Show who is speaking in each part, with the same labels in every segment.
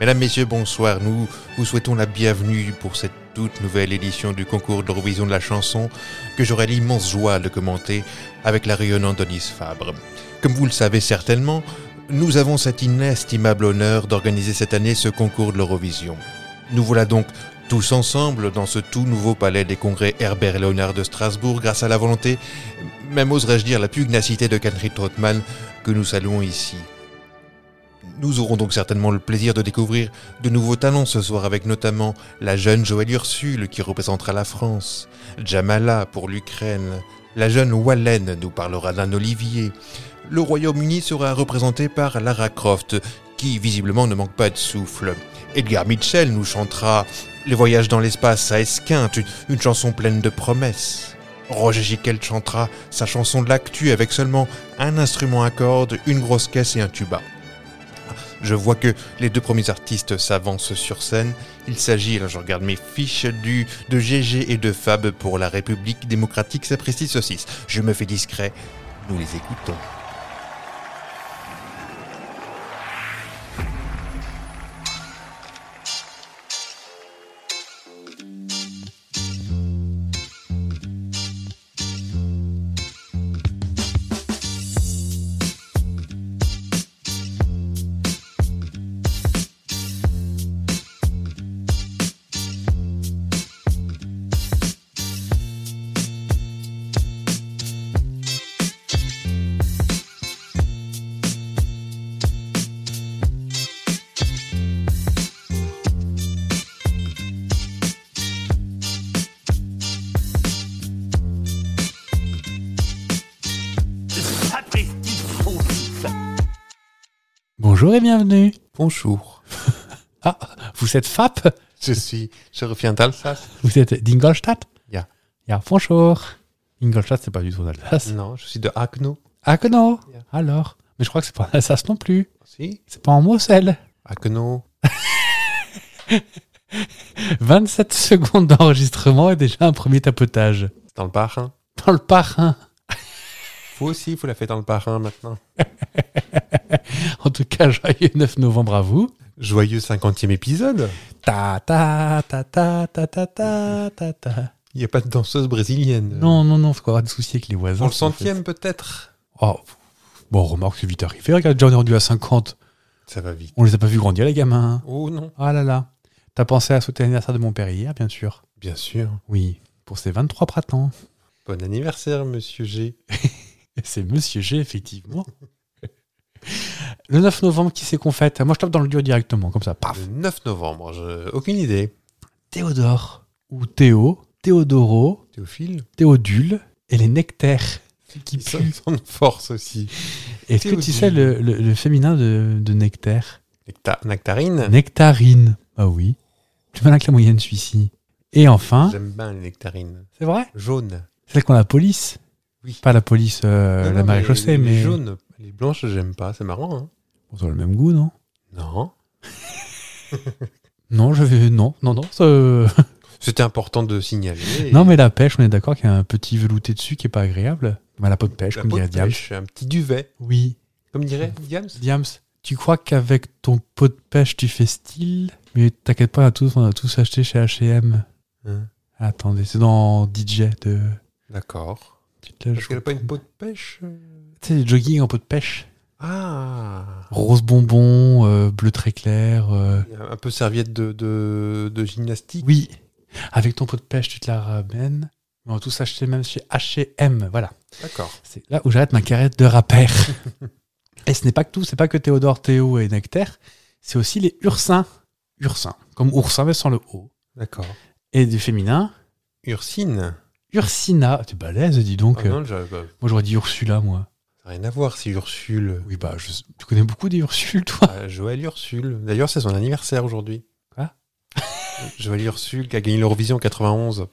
Speaker 1: Mesdames, Messieurs, bonsoir. Nous vous souhaitons la bienvenue pour cette toute nouvelle édition du concours d'Eurovision de la chanson que j'aurai l'immense joie de commenter avec la rayonnante Denise Fabre. Comme vous le savez certainement, nous avons cet inestimable honneur d'organiser cette année ce concours de l'Eurovision. Nous voilà donc tous ensemble dans ce tout nouveau palais des congrès Herbert Léonard de Strasbourg grâce à la volonté, même oserais-je dire la pugnacité de Catherine Trottmann que nous saluons ici. Nous aurons donc certainement le plaisir de découvrir de nouveaux talents ce soir avec notamment la jeune Joëlle Ursule qui représentera la France, Jamala pour l'Ukraine, la jeune Wallen nous parlera d'un Olivier. Le Royaume-Uni sera représenté par Lara Croft qui visiblement ne manque pas de souffle. Edgar Mitchell nous chantera Les voyages dans l'espace à Esquinte, une- une chanson pleine de promesses. Roger Giquel chantera sa chanson de l'actu avec seulement un instrument à cordes, une grosse caisse et un tuba. Je vois que les deux premiers artistes s'avancent sur scène. Il s'agit, là je regarde mes fiches, du, de GG et de Fab pour la République démocratique sapristi saucisse. Je me fais discret, nous les écoutons.
Speaker 2: Sapristi saucisse
Speaker 3: Bonjour et bienvenue.
Speaker 1: Bonjour.
Speaker 3: Ah, vous êtes FAP
Speaker 1: Je suis, je reviens d'Alsace.
Speaker 3: Vous êtes d'Ingolstadt
Speaker 1: Ja.
Speaker 3: Ja, bonjour. Ingolstadt, c'est pas du tout en Alsace.
Speaker 1: Non, je suis de Haguenau.
Speaker 3: Ah que non
Speaker 1: Mm. Ja.
Speaker 3: Alors Mais je crois que c'est pas en Alsace non plus.
Speaker 1: Si,
Speaker 3: C'est pas en Moselle.
Speaker 1: Haguenau.
Speaker 3: 27 secondes d'enregistrement et déjà un premier tapotage.
Speaker 1: C'est dans le parrain.
Speaker 3: Dans le parrain.
Speaker 1: Vous aussi, vous la faites dans le parrain maintenant.
Speaker 3: En tout cas, joyeux 9 novembre à vous.
Speaker 1: Joyeux 50e épisode.
Speaker 3: Ta ta ta ta ta ta ta ta ta.
Speaker 1: Il n'y a pas de danseuse brésilienne.
Speaker 3: Non, non, non, faut avoir des soucis avec les voisins.
Speaker 1: Pour le
Speaker 3: ça, en fait.
Speaker 1: centième peut-être.
Speaker 3: Oh, bon, remarque, c'est vite arrivé. Regarde, déjà on est rendu à 50.
Speaker 1: Ça va vite.
Speaker 3: On les a pas vus grandir, les gamins. hein.
Speaker 1: Oh non.
Speaker 3: Ah là là. T'as pensé à souhaiter l'anniversaire de mon père hier, bien sûr.
Speaker 1: Bien sûr.
Speaker 3: Oui, pour ses 23 printemps.
Speaker 1: Bon anniversaire, monsieur G.
Speaker 3: Et C'est Monsieur G, effectivement. Le 9 novembre, qui c'est qu'on fête Moi, je tape dans le dur directement, comme ça. Paf
Speaker 1: Le 9 novembre, je- aucune idée.
Speaker 3: Théodore. Ou Théo, Théodoro,
Speaker 1: Théophile
Speaker 3: Théodule et les nectaires. Qui
Speaker 1: Ils sont
Speaker 3: puent.
Speaker 1: sont de force aussi.
Speaker 3: Est-ce que tu
Speaker 1: Théodule.
Speaker 3: sais le, le- le féminin de, de nectaire
Speaker 1: Necta- Nectarine
Speaker 3: Nectarine. Ah oui. Plus malin que la moyenne, celui-ci. Et enfin,
Speaker 1: J'aime bien les nectarines.
Speaker 3: c'est vrai
Speaker 1: Jaune.
Speaker 3: Celle qu'on a la police.
Speaker 1: Oui.
Speaker 3: Pas la police, euh, la marée chaussée, mais.
Speaker 1: Les jaunes, les blanches, j'aime pas. C'est marrant, hein
Speaker 3: On a le même goût, non
Speaker 1: Non.
Speaker 3: Non, je vais. Non, non, non. ça-
Speaker 1: C'était important de signaler.
Speaker 3: Non, mais la pêche, on est d'accord qu'il y a un petit velouté dessus qui est pas agréable. Bah, la peau de pêche,
Speaker 1: La
Speaker 3: comme
Speaker 1: peau de
Speaker 3: dirait Diams.
Speaker 1: pêche, un petit duvet.
Speaker 3: Oui.
Speaker 1: Comme dirait Diams
Speaker 3: Diams, tu crois qu'avec ton pot de pêche, tu fais style Mais t'inquiète pas, on a tous, on a tous acheté chez HM.
Speaker 1: Hein.
Speaker 3: Attendez, c'est dans DJ de.
Speaker 1: D'accord.
Speaker 3: Tu te la
Speaker 1: Parce
Speaker 3: joues.
Speaker 1: qu'elle a pas une peau de pêche euh
Speaker 3: Tu sais, les jogging en pot de pêche.
Speaker 1: Ah
Speaker 3: Rose bonbon, euh, bleu très clair. euh,
Speaker 1: Il y a Un peu serviette de, de, de gymnastique.
Speaker 3: Oui. Avec ton pot de pêche, tu te la ramènes. Mais on a tous acheté même chez HM. Voilà.
Speaker 1: D'accord.
Speaker 3: C'est là où j'arrête ma carrière de rappeur. et ce n'est pas que tout, c'est pas que Théodore, Théo et Nectaire, c'est aussi les ursins. Ursins, comme oursin mais sans le O.
Speaker 1: D'accord.
Speaker 3: Et du féminin,
Speaker 1: Ursine
Speaker 3: Ursina. Tu es balèze, dis donc. euh,
Speaker 1: Ah non, je- bah,
Speaker 3: moi j'aurais dit Ursula, moi.
Speaker 1: ça n'a rien à voir, c'est Ursule.
Speaker 3: Oui, bah, je- tu connais beaucoup des Ursules, toi.
Speaker 1: Ah, Joël Ursule. D'ailleurs, c'est son anniversaire aujourd'hui.
Speaker 3: Quoi
Speaker 1: Joël Ursule qui a gagné l'Eurovision en 91.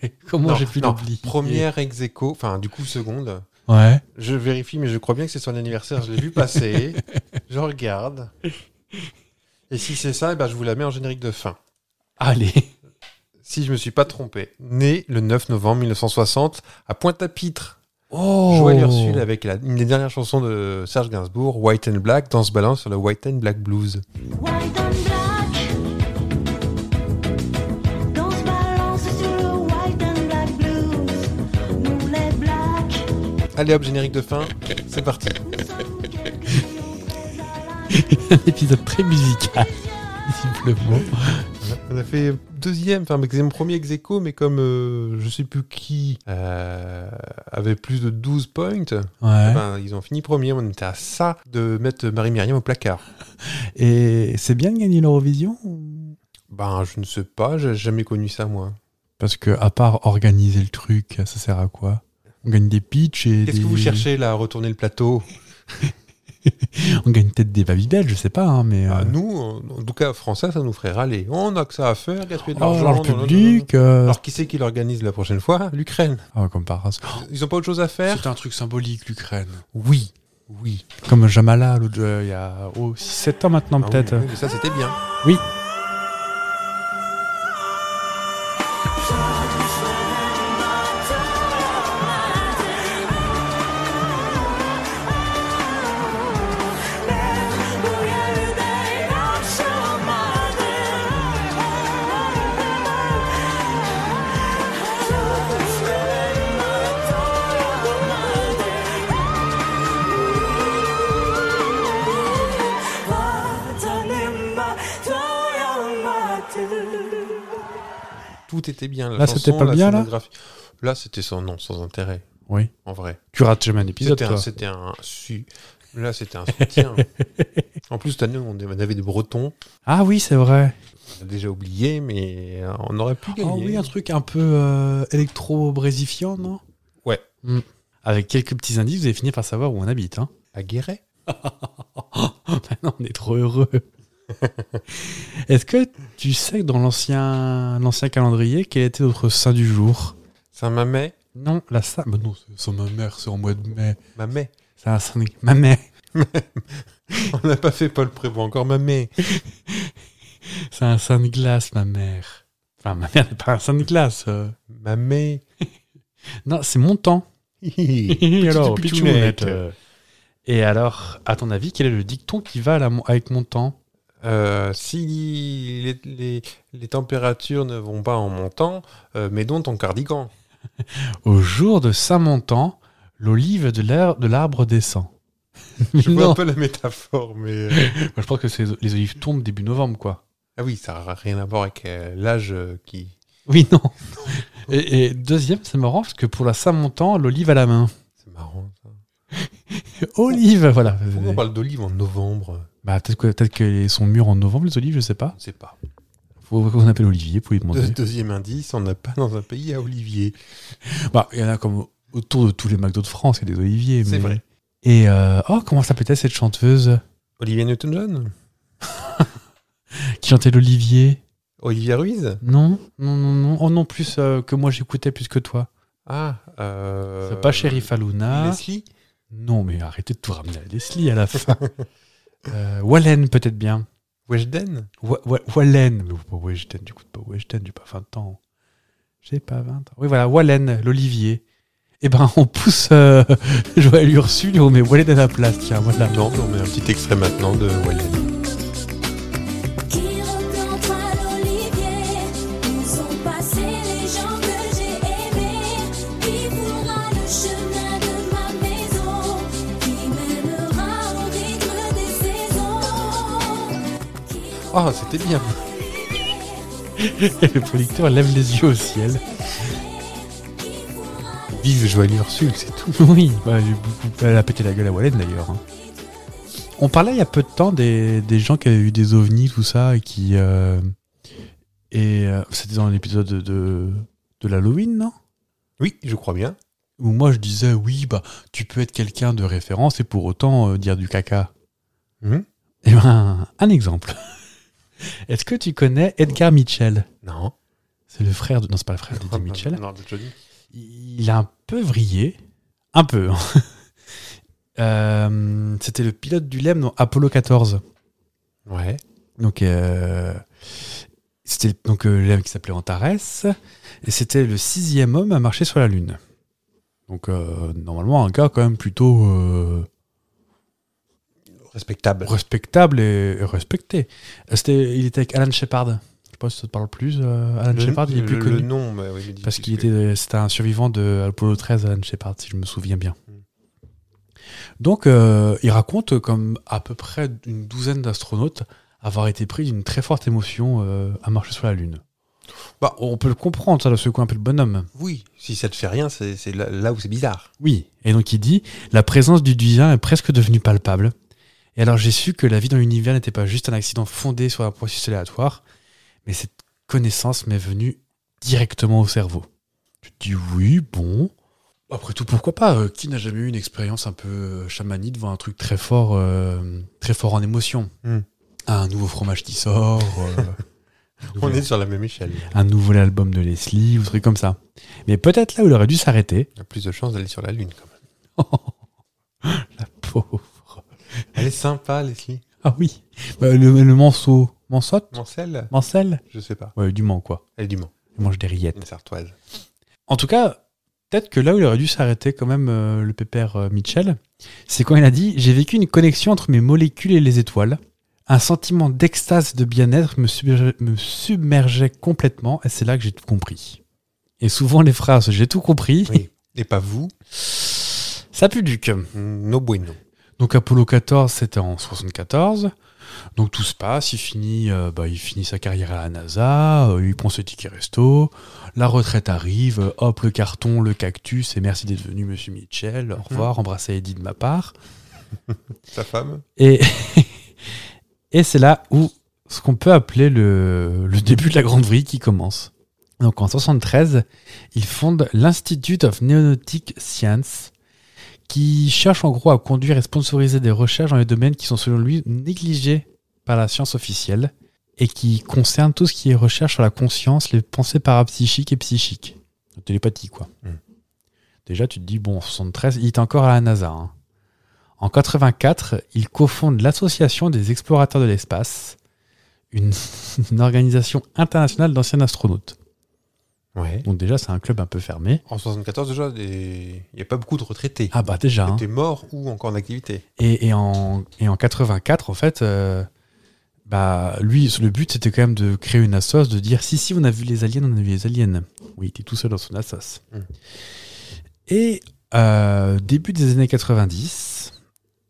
Speaker 3: Ouais, Comment
Speaker 1: Non,
Speaker 3: j'ai pu
Speaker 1: non,
Speaker 3: l'oublier
Speaker 1: Première ex aequo, enfin du coup seconde.
Speaker 3: Ouais.
Speaker 1: Je vérifie, mais je crois bien que c'est son anniversaire. Je l'ai vu passer. je regarde. Et si c'est ça, eh ben, je vous la mets en générique de fin.
Speaker 3: Allez.
Speaker 1: Si je me suis pas trompé. Né le 9 novembre 1960 à Pointe-à-Pitre.
Speaker 3: Oh
Speaker 1: Joël Ursule avec la- une des dernières chansons de Serge Gainsbourg, White and Black, dans ce balance sur le White and Black Blues.
Speaker 4: White and black
Speaker 1: Allez hop, générique de fin, c'est parti.
Speaker 3: Un Oh. épisode très musical, visiblement.
Speaker 1: On a fait deuxième, enfin maximum premier ex aequo, mais comme euh, je sais plus qui euh, avait plus de 12 points,
Speaker 3: Ouais.
Speaker 1: ben, ils ont fini premier. On était à ça de mettre Marie-Myriam au placard.
Speaker 3: Et c'est bien de gagner l'Eurovision ou-
Speaker 1: Ben, je ne sais pas, j'ai jamais connu ça, moi.
Speaker 3: Parce que, à part organiser le truc, ça sert à quoi On gagne des pitchs et.
Speaker 1: Qu'est-ce que
Speaker 3: des-
Speaker 1: vous cherchez là, à retourner le plateau
Speaker 3: On gagne peut-être des Babybel, je sais pas, hein, mais.
Speaker 1: Ah,
Speaker 3: euh,
Speaker 1: Nous, en en tout cas, français, ça nous ferait râler. On a que ça à faire, gaspiller de
Speaker 3: oh,
Speaker 1: l'argent.
Speaker 3: alors
Speaker 1: non, non,
Speaker 3: le
Speaker 1: non, non.
Speaker 3: public. euh,
Speaker 1: Alors, qui c'est qui l'organise la prochaine fois L'Ukraine.
Speaker 3: ah, comme par hasard.
Speaker 1: Ils n'ont pas autre chose à faire
Speaker 3: C'est un truc symbolique, l'Ukraine.
Speaker 1: Oui. Oui.
Speaker 3: Comme Jamala, l'autre, euh, il y a 7 ans maintenant,
Speaker 1: Ah oui,
Speaker 3: peut-être. euh.
Speaker 1: oui, mais ça, c'était bien. Tout était bien. La
Speaker 3: Là, c'était
Speaker 1: chanson,
Speaker 3: pas
Speaker 1: la
Speaker 3: bien, là
Speaker 1: scénographie. Là, c'était sans nom, sans intérêt,
Speaker 3: Oui.
Speaker 1: en vrai.
Speaker 3: Tu rates jamais un épisode,
Speaker 1: C'était un,
Speaker 3: toi.
Speaker 1: c'était un su. Là, c'était un soutien. en plus, cette année, on avait des Bretons.
Speaker 3: Ah oui, c'est vrai.
Speaker 1: On a déjà oublié, mais euh, on aurait pu gagner.
Speaker 3: Oh oui, un truc un peu euh, électro-brésifiant, non
Speaker 1: Ouais.
Speaker 3: Hmm. Avec quelques petits indices, vous allez finir par savoir où on habite. Hein.
Speaker 1: À Guéret
Speaker 3: Maintenant, on est trop heureux. Est-ce que tu sais que dans l'ancien l'ancien calendrier, quel était notre saint du jour
Speaker 1: Saint-Mamet
Speaker 3: Non, la saint. Bah non, c'est- c'est ma mère, c'est en mois de mai.
Speaker 1: Mamet.
Speaker 3: C'est un saint. Ma mère.
Speaker 1: On n'a pas fait Paul Prévost, encore Mamet.
Speaker 3: C'est un saint de glace, ma mère. Enfin, ma mère n'est pas un saint de glace. euh.
Speaker 1: Mamet.
Speaker 3: Non, c'est mon temps.
Speaker 1: Petite pitchounette.
Speaker 3: euh. Et alors, à ton avis, quel est le dicton qui va à la mon- avec mon temps
Speaker 1: Euh, si les, les- les températures ne vont pas en montant, euh, mets donc ton cardigan.
Speaker 3: Au jour de Saint-Montant, l'olive de l'air- de l'arbre descend.
Speaker 1: Je vois
Speaker 3: Non.
Speaker 1: un peu la métaphore, mais. euh,
Speaker 3: Moi, je pense que c'est- les olives tombent début novembre, quoi.
Speaker 1: Ah oui, ça n'a rien à voir avec euh, l'âge euh, qui.
Speaker 3: Oui, non. Et, et deuxième, c'est marrant parce que pour la Saint-Montant, l'olive à la main.
Speaker 1: C'est marrant ça.
Speaker 3: Olive, voilà.
Speaker 1: Pourquoi on parle d'olive en novembre
Speaker 3: Bah, peut-être que- peut-être qu'elles sont mûres en novembre, les olives, je sais
Speaker 1: Je
Speaker 3: pas.
Speaker 1: ne sais pas.
Speaker 3: Faut qu'on appelle Olivier pour lui
Speaker 1: Deux-
Speaker 3: demander.
Speaker 1: deuxième indice, on n'a pas dans un pays à Olivier.
Speaker 3: Bah, il y en a comme autour de tous les McDo de France, il y a des oliviers.
Speaker 1: C'est
Speaker 3: mais-
Speaker 1: vrai.
Speaker 3: Et euh, oh, comment s'appelait cette chanteuse
Speaker 1: Olivier Newton-John
Speaker 3: qui chantait l'olivier
Speaker 1: Olivier Ruiz
Speaker 3: Non, non, non, non. Oh non, plus euh, que moi j'écoutais plus que toi.
Speaker 1: Ah, euh...
Speaker 3: C'est pas Sheriff Aluna.
Speaker 1: Leslie
Speaker 3: Non, mais arrêtez de tout ramener à Leslie à la fin. Euh, Wallen, peut-être bien.
Speaker 1: Weshden
Speaker 3: Wa- Wa- Wallen. Mais pas Weshden, j'écoute pas Weshden, j'ai pas 20 ans. J'ai pas 20 ans. Oui, voilà, Wallen, l'Olivier. Eh ben, on pousse euh, Joël Ursule et on met Wallen à la place. Tiens, voilà.
Speaker 1: Non, on met un petit extrait maintenant de Wallen.
Speaker 4: Qui replantera l'olivier Où sont passés les gens que j'ai aimés Qui pourra le chemin de ma maison Qui mènera au rythme des saisons Qui
Speaker 1: Ah, c'était bien
Speaker 3: Et le producteur lève les yeux au ciel.
Speaker 1: Vive Joël Ursule, c'est tout
Speaker 3: Oui, bah, j'ai beaucoup- elle a pété la gueule à Wallen d'ailleurs. hein. On parlait il y a peu de temps des, des gens qui avaient eu des ovnis, tout ça, et qui. euh, et euh, c'était dans l'épisode de, de, de l'Halloween, non
Speaker 1: Oui, je crois bien.
Speaker 3: Où moi je disais, oui, bah, tu peux être quelqu'un de référence et pour autant euh, dire du caca.
Speaker 1: Mhm.
Speaker 3: Eh ben, un exemple. Est-ce que tu connais Edgar Mitchell
Speaker 1: Non.
Speaker 3: C'est le frère de. Non, c'est pas le frère d'Eddie Ah, Mitchell.
Speaker 1: Non, de Johnny.
Speaker 3: il a un peu vrillé. Un peu. hein. Euh, C'était le pilote du LEM dans Apollo 14.
Speaker 1: Ouais.
Speaker 3: Donc, euh, c'était donc euh, le LEM qui s'appelait Antares. Et c'était le sixième homme à marcher sur la Lune. Donc, euh, normalement, un gars quand même plutôt euh,
Speaker 1: Respectable.
Speaker 3: respectable et, et respecté. C'était, il était avec Alan Shepard. Je sais pas si ça te parle plus. euh, Alan Shepard, il est plus
Speaker 1: le-
Speaker 3: connu.
Speaker 1: Le nom, bah, oui, mais dis-
Speaker 3: Parce qu'il
Speaker 1: puisque-
Speaker 3: était, c'était un survivant de Apollo 13, Alan Shepard, si je me souviens bien.
Speaker 1: Mm.
Speaker 3: Donc, euh, il raconte comme à peu près une douzaine d'astronautes avoir été pris d'une très forte émotion euh, à marcher sur la Lune. Bah, on peut le comprendre, ça, le secouer un peu le bonhomme.
Speaker 1: Oui, si ça te fait rien, c'est c'est là, là où c'est bizarre.
Speaker 3: Oui, et donc il dit La présence du divin est presque devenue palpable. Et alors j'ai su que la vie dans l'univers n'était pas juste un accident fondé sur un processus aléatoire, mais cette connaissance m'est venue directement au cerveau. Tu te dis Oui, bon. Après tout, pourquoi pas euh, Qui n'a jamais eu une expérience un peu euh, chamanique devant un truc très fort, euh, très fort en émotion Ah,
Speaker 1: Hmm.
Speaker 3: Un nouveau fromage qui sort. euh,
Speaker 1: On est sur la même échelle.
Speaker 3: un nouvel album de Leslie ou truc comme ça. Mais peut-être là où il aurait dû s'arrêter.
Speaker 1: On a plus de chances d'aller sur la Lune quand même.
Speaker 3: La pauvre.
Speaker 1: Elle est sympa, Leslie.
Speaker 3: Ah oui, Bah, le, le manceau. Mansotte
Speaker 1: Mancelle
Speaker 3: Mancelle
Speaker 1: Je sais pas.
Speaker 3: Ouais, du Mans, quoi.
Speaker 1: Elle est du Mans.
Speaker 3: Il mange des rillettes.
Speaker 1: Une sartoise.
Speaker 3: En tout cas, peut-être que là où il aurait dû s'arrêter quand même euh, le pépère euh, Mitchell, c'est quand il a dit « J'ai vécu une connexion entre mes molécules et les étoiles. Un sentiment d'extase et de bien-être me, submergeait- me submergeait complètement et c'est là que j'ai tout compris. » Et souvent les phrases « J'ai tout compris
Speaker 1: Oui. Et pas vous
Speaker 3: ça pue duc.
Speaker 1: No bueno.
Speaker 3: Donc Apollo 14, c'était en 74. Donc tout se passe, il finit, euh, bah, il finit sa carrière à la NASA, euh, il prend ses tickets resto, la retraite arrive, euh, hop, le carton, le cactus, et merci d'être venu, monsieur Mitchell, au revoir, embrassez Eddie de ma part.
Speaker 1: Sa femme
Speaker 3: Et, et c'est là où ce qu'on peut appeler le, le début de la grande vrille qui commence. Donc en 73, il fonde l'Institute of Neonautic Science, qui cherche en gros à conduire et sponsoriser des recherches dans les domaines qui sont selon lui négligés par la science officielle et qui concernent tout ce qui est recherche sur la conscience, les pensées parapsychiques et psychiques. La télépathie, quoi.
Speaker 1: Mm.
Speaker 3: Déjà, tu te dis, bon, en 73, il est encore à la NASA. hein. En 84, il cofonde l'Association des explorateurs de l'espace, une, une organisation internationale d'anciens astronautes.
Speaker 1: Ouais.
Speaker 3: Donc déjà, c'est un club un peu fermé.
Speaker 1: En 74 déjà, des- il n'y a pas beaucoup de retraités.
Speaker 3: Ah bah déjà. hein.
Speaker 1: T'es mort ou encore en activité.
Speaker 3: Et, et en, et en 84, en fait, euh, bah, lui, le but, c'était quand même de créer une assos, de dire si, si, on a vu les aliens, on a vu les aliens. Oui, il était tout seul dans son assos.
Speaker 1: Mm.
Speaker 3: Et euh, début des années 90,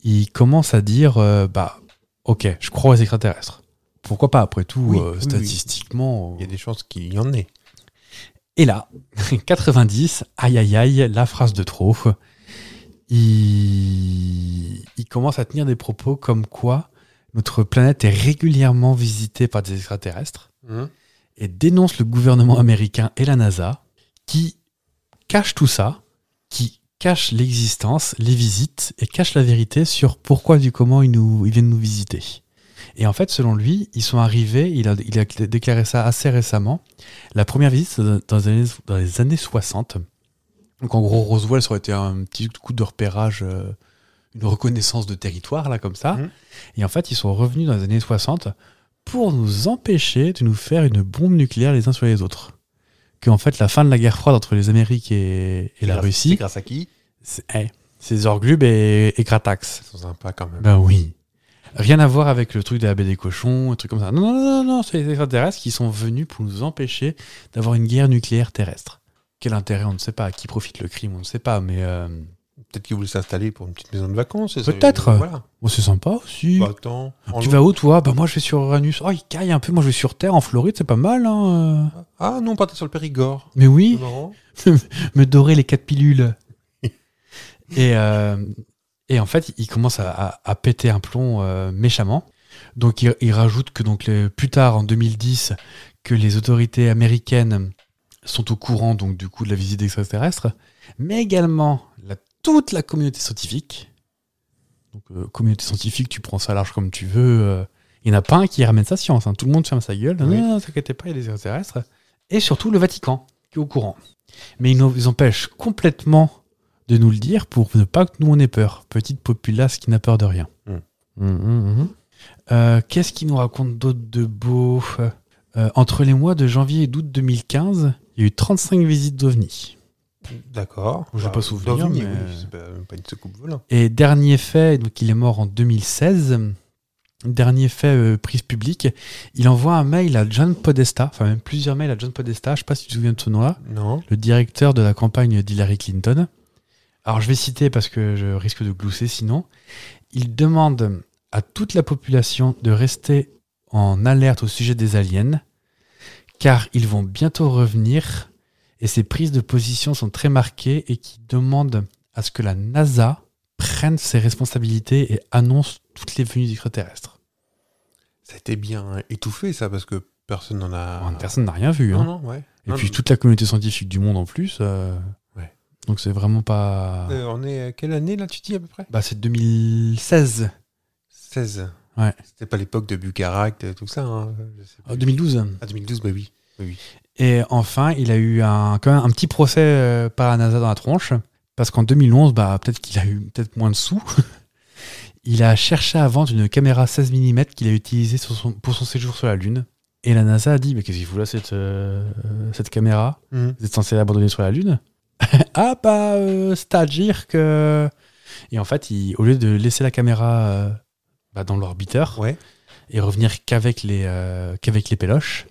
Speaker 3: il commence à dire euh, bah, ok, je crois aux extraterrestres. Pourquoi pas, après tout,
Speaker 1: Oui,
Speaker 3: euh,
Speaker 1: oui, oui.
Speaker 3: statistiquement. euh,
Speaker 1: Il y a des chances qu'il y en ait.
Speaker 3: Et là, 90, aïe aïe aïe, la phrase de trop. Il, il commence à tenir des propos comme quoi notre planète est régulièrement visitée par des extraterrestres et dénonce le gouvernement américain et la NASA qui cache tout ça, qui cache l'existence, les visites et cache la vérité sur pourquoi du comment ils, nous, ils viennent nous visiter. Et en fait, selon lui, ils sont arrivés, il a, il a cl- déclaré ça assez récemment. La première visite, c'est dans, dans les années, dans les années 60. Donc en gros, Roswell, ça aurait été un petit coup de repérage, euh, une reconnaissance de territoire, là, comme ça.
Speaker 1: Mhm.
Speaker 3: Et en fait, ils sont revenus dans les années 60 pour nous empêcher de nous faire une bombe nucléaire les uns sur les autres. Que en fait, la fin de la guerre froide entre les Amériques et, et la
Speaker 1: Grâce-
Speaker 3: Russie,
Speaker 1: c'est Grâce à qui
Speaker 3: c'est eh, c'est Zorglub et, et Kratax.
Speaker 1: Ils sont sympas quand même.
Speaker 3: Ben oui. Rien à voir avec le truc de la baie des cochons, un truc comme ça. Non, non, non, non, non, c'est les extraterrestres qui sont venus pour nous empêcher d'avoir une guerre nucléaire terrestre. Quel intérêt, on ne sait pas. À qui profite le crime, on ne sait pas. Mais euh,
Speaker 1: Peut-être qu'ils voulaient s'installer pour une petite maison de vacances. et ça-
Speaker 3: Peut-être.
Speaker 1: Voilà.
Speaker 3: on se sent pas aussi.
Speaker 1: Bah, attends. En
Speaker 3: tu
Speaker 1: lo-
Speaker 3: vas où, toi Bah, moi, je vais sur Uranus. Oh, il caille un peu. Moi, je vais sur Terre, en Floride, c'est pas mal. Hein. euh.
Speaker 1: Ah non, pas sur le Périgord.
Speaker 3: Mais
Speaker 1: C'est
Speaker 3: oui.
Speaker 1: marrant.
Speaker 3: me dorer les quatre pilules. et, euh, et en fait, il commence à, à- à péter un plomb euh, méchamment. Donc, il, il rajoute que donc les- plus tard, en 2010, que les autorités américaines sont au courant donc du coup de la visite extraterrestre, mais également la- toute la communauté scientifique. Donc, euh, communauté scientifique, tu prends ça large comme tu veux. euh, il n'y en a pas un qui ramène sa science. hein. Tout le monde ferme sa gueule. Non,
Speaker 1: Oui.
Speaker 3: non, non, t'inquiète pas, il y a des extraterrestres. Et surtout le Vatican, qui est au courant mais ils nous empêchent complètement de nous le dire pour ne pas que nous on ait peur. Petite populace qui n'a peur de rien.
Speaker 1: Mm.
Speaker 3: Mm, mm, mm. Euh, Qu'est-ce qu'il nous raconte d'autre de beau Euh, Entre les mois de janvier et d'août 2015, il y a eu 35 visites d'OVNI.
Speaker 1: D'accord.
Speaker 3: J'ai pas souvenir,
Speaker 1: d'OVNI,
Speaker 3: mais-
Speaker 1: oui, c'est pas, pas une secoupe volant.
Speaker 3: Et dernier fait, donc il est mort en 2016. Dernier fait euh, prise publique, il envoie un mail à John Podesta, enfin même plusieurs mails à John Podesta, je sais pas si tu te souviens de ce nom-là.
Speaker 1: Non.
Speaker 3: le directeur de la campagne d'Hillary Clinton, alors je vais citer parce que je risque de glousser sinon, il demande à toute la population de rester en alerte au sujet des aliens, car ils vont bientôt revenir et ces prises de position sont très marquées et qui demandent à ce que la NASA prenne ses responsabilités et annonce toutes les venues extraterrestres.
Speaker 1: Ça a été bien étouffé, ça, parce que personne n'en a.
Speaker 3: Bon, Personne n'a rien vu. hein.
Speaker 1: Ah. Non, non, ouais.
Speaker 3: Et
Speaker 1: Non,
Speaker 3: puis
Speaker 1: non.
Speaker 3: toute la communauté scientifique du monde en plus. euh,
Speaker 1: Ouais.
Speaker 3: Donc c'est vraiment pas.
Speaker 1: Euh, on est à quelle année, là, tu dis, à peu près
Speaker 3: Bah c'est 2016.
Speaker 1: 16.
Speaker 3: Ouais.
Speaker 1: C'était pas l'époque de Bucaract, euh, tout ça. Hein. je sais
Speaker 3: Ah,
Speaker 1: plus.
Speaker 3: 2012.
Speaker 1: Ah, 2012, bah oui.
Speaker 3: Et enfin, il a eu un, quand même un petit procès euh, par la NASA dans la tronche. Parce qu'en 2011, bah, peut-être qu'il a eu peut-être moins de sous. il a cherché à vendre une caméra 16 mm qu'il a utilisée sur son- pour son séjour sur la Lune. Et la NASA a dit Mais qu'est-ce qu'il fout là, cette, euh, euh, cette caméra
Speaker 1: Mmh.
Speaker 3: Vous êtes censé l'abandonner sur la Lune Ah, bah, euh, c'est-à-dire que. Et en fait, il- au lieu de laisser la caméra euh, bah, dans l'orbiteur,
Speaker 1: Ouais.
Speaker 3: et revenir qu'avec les, euh, qu'avec les péloches.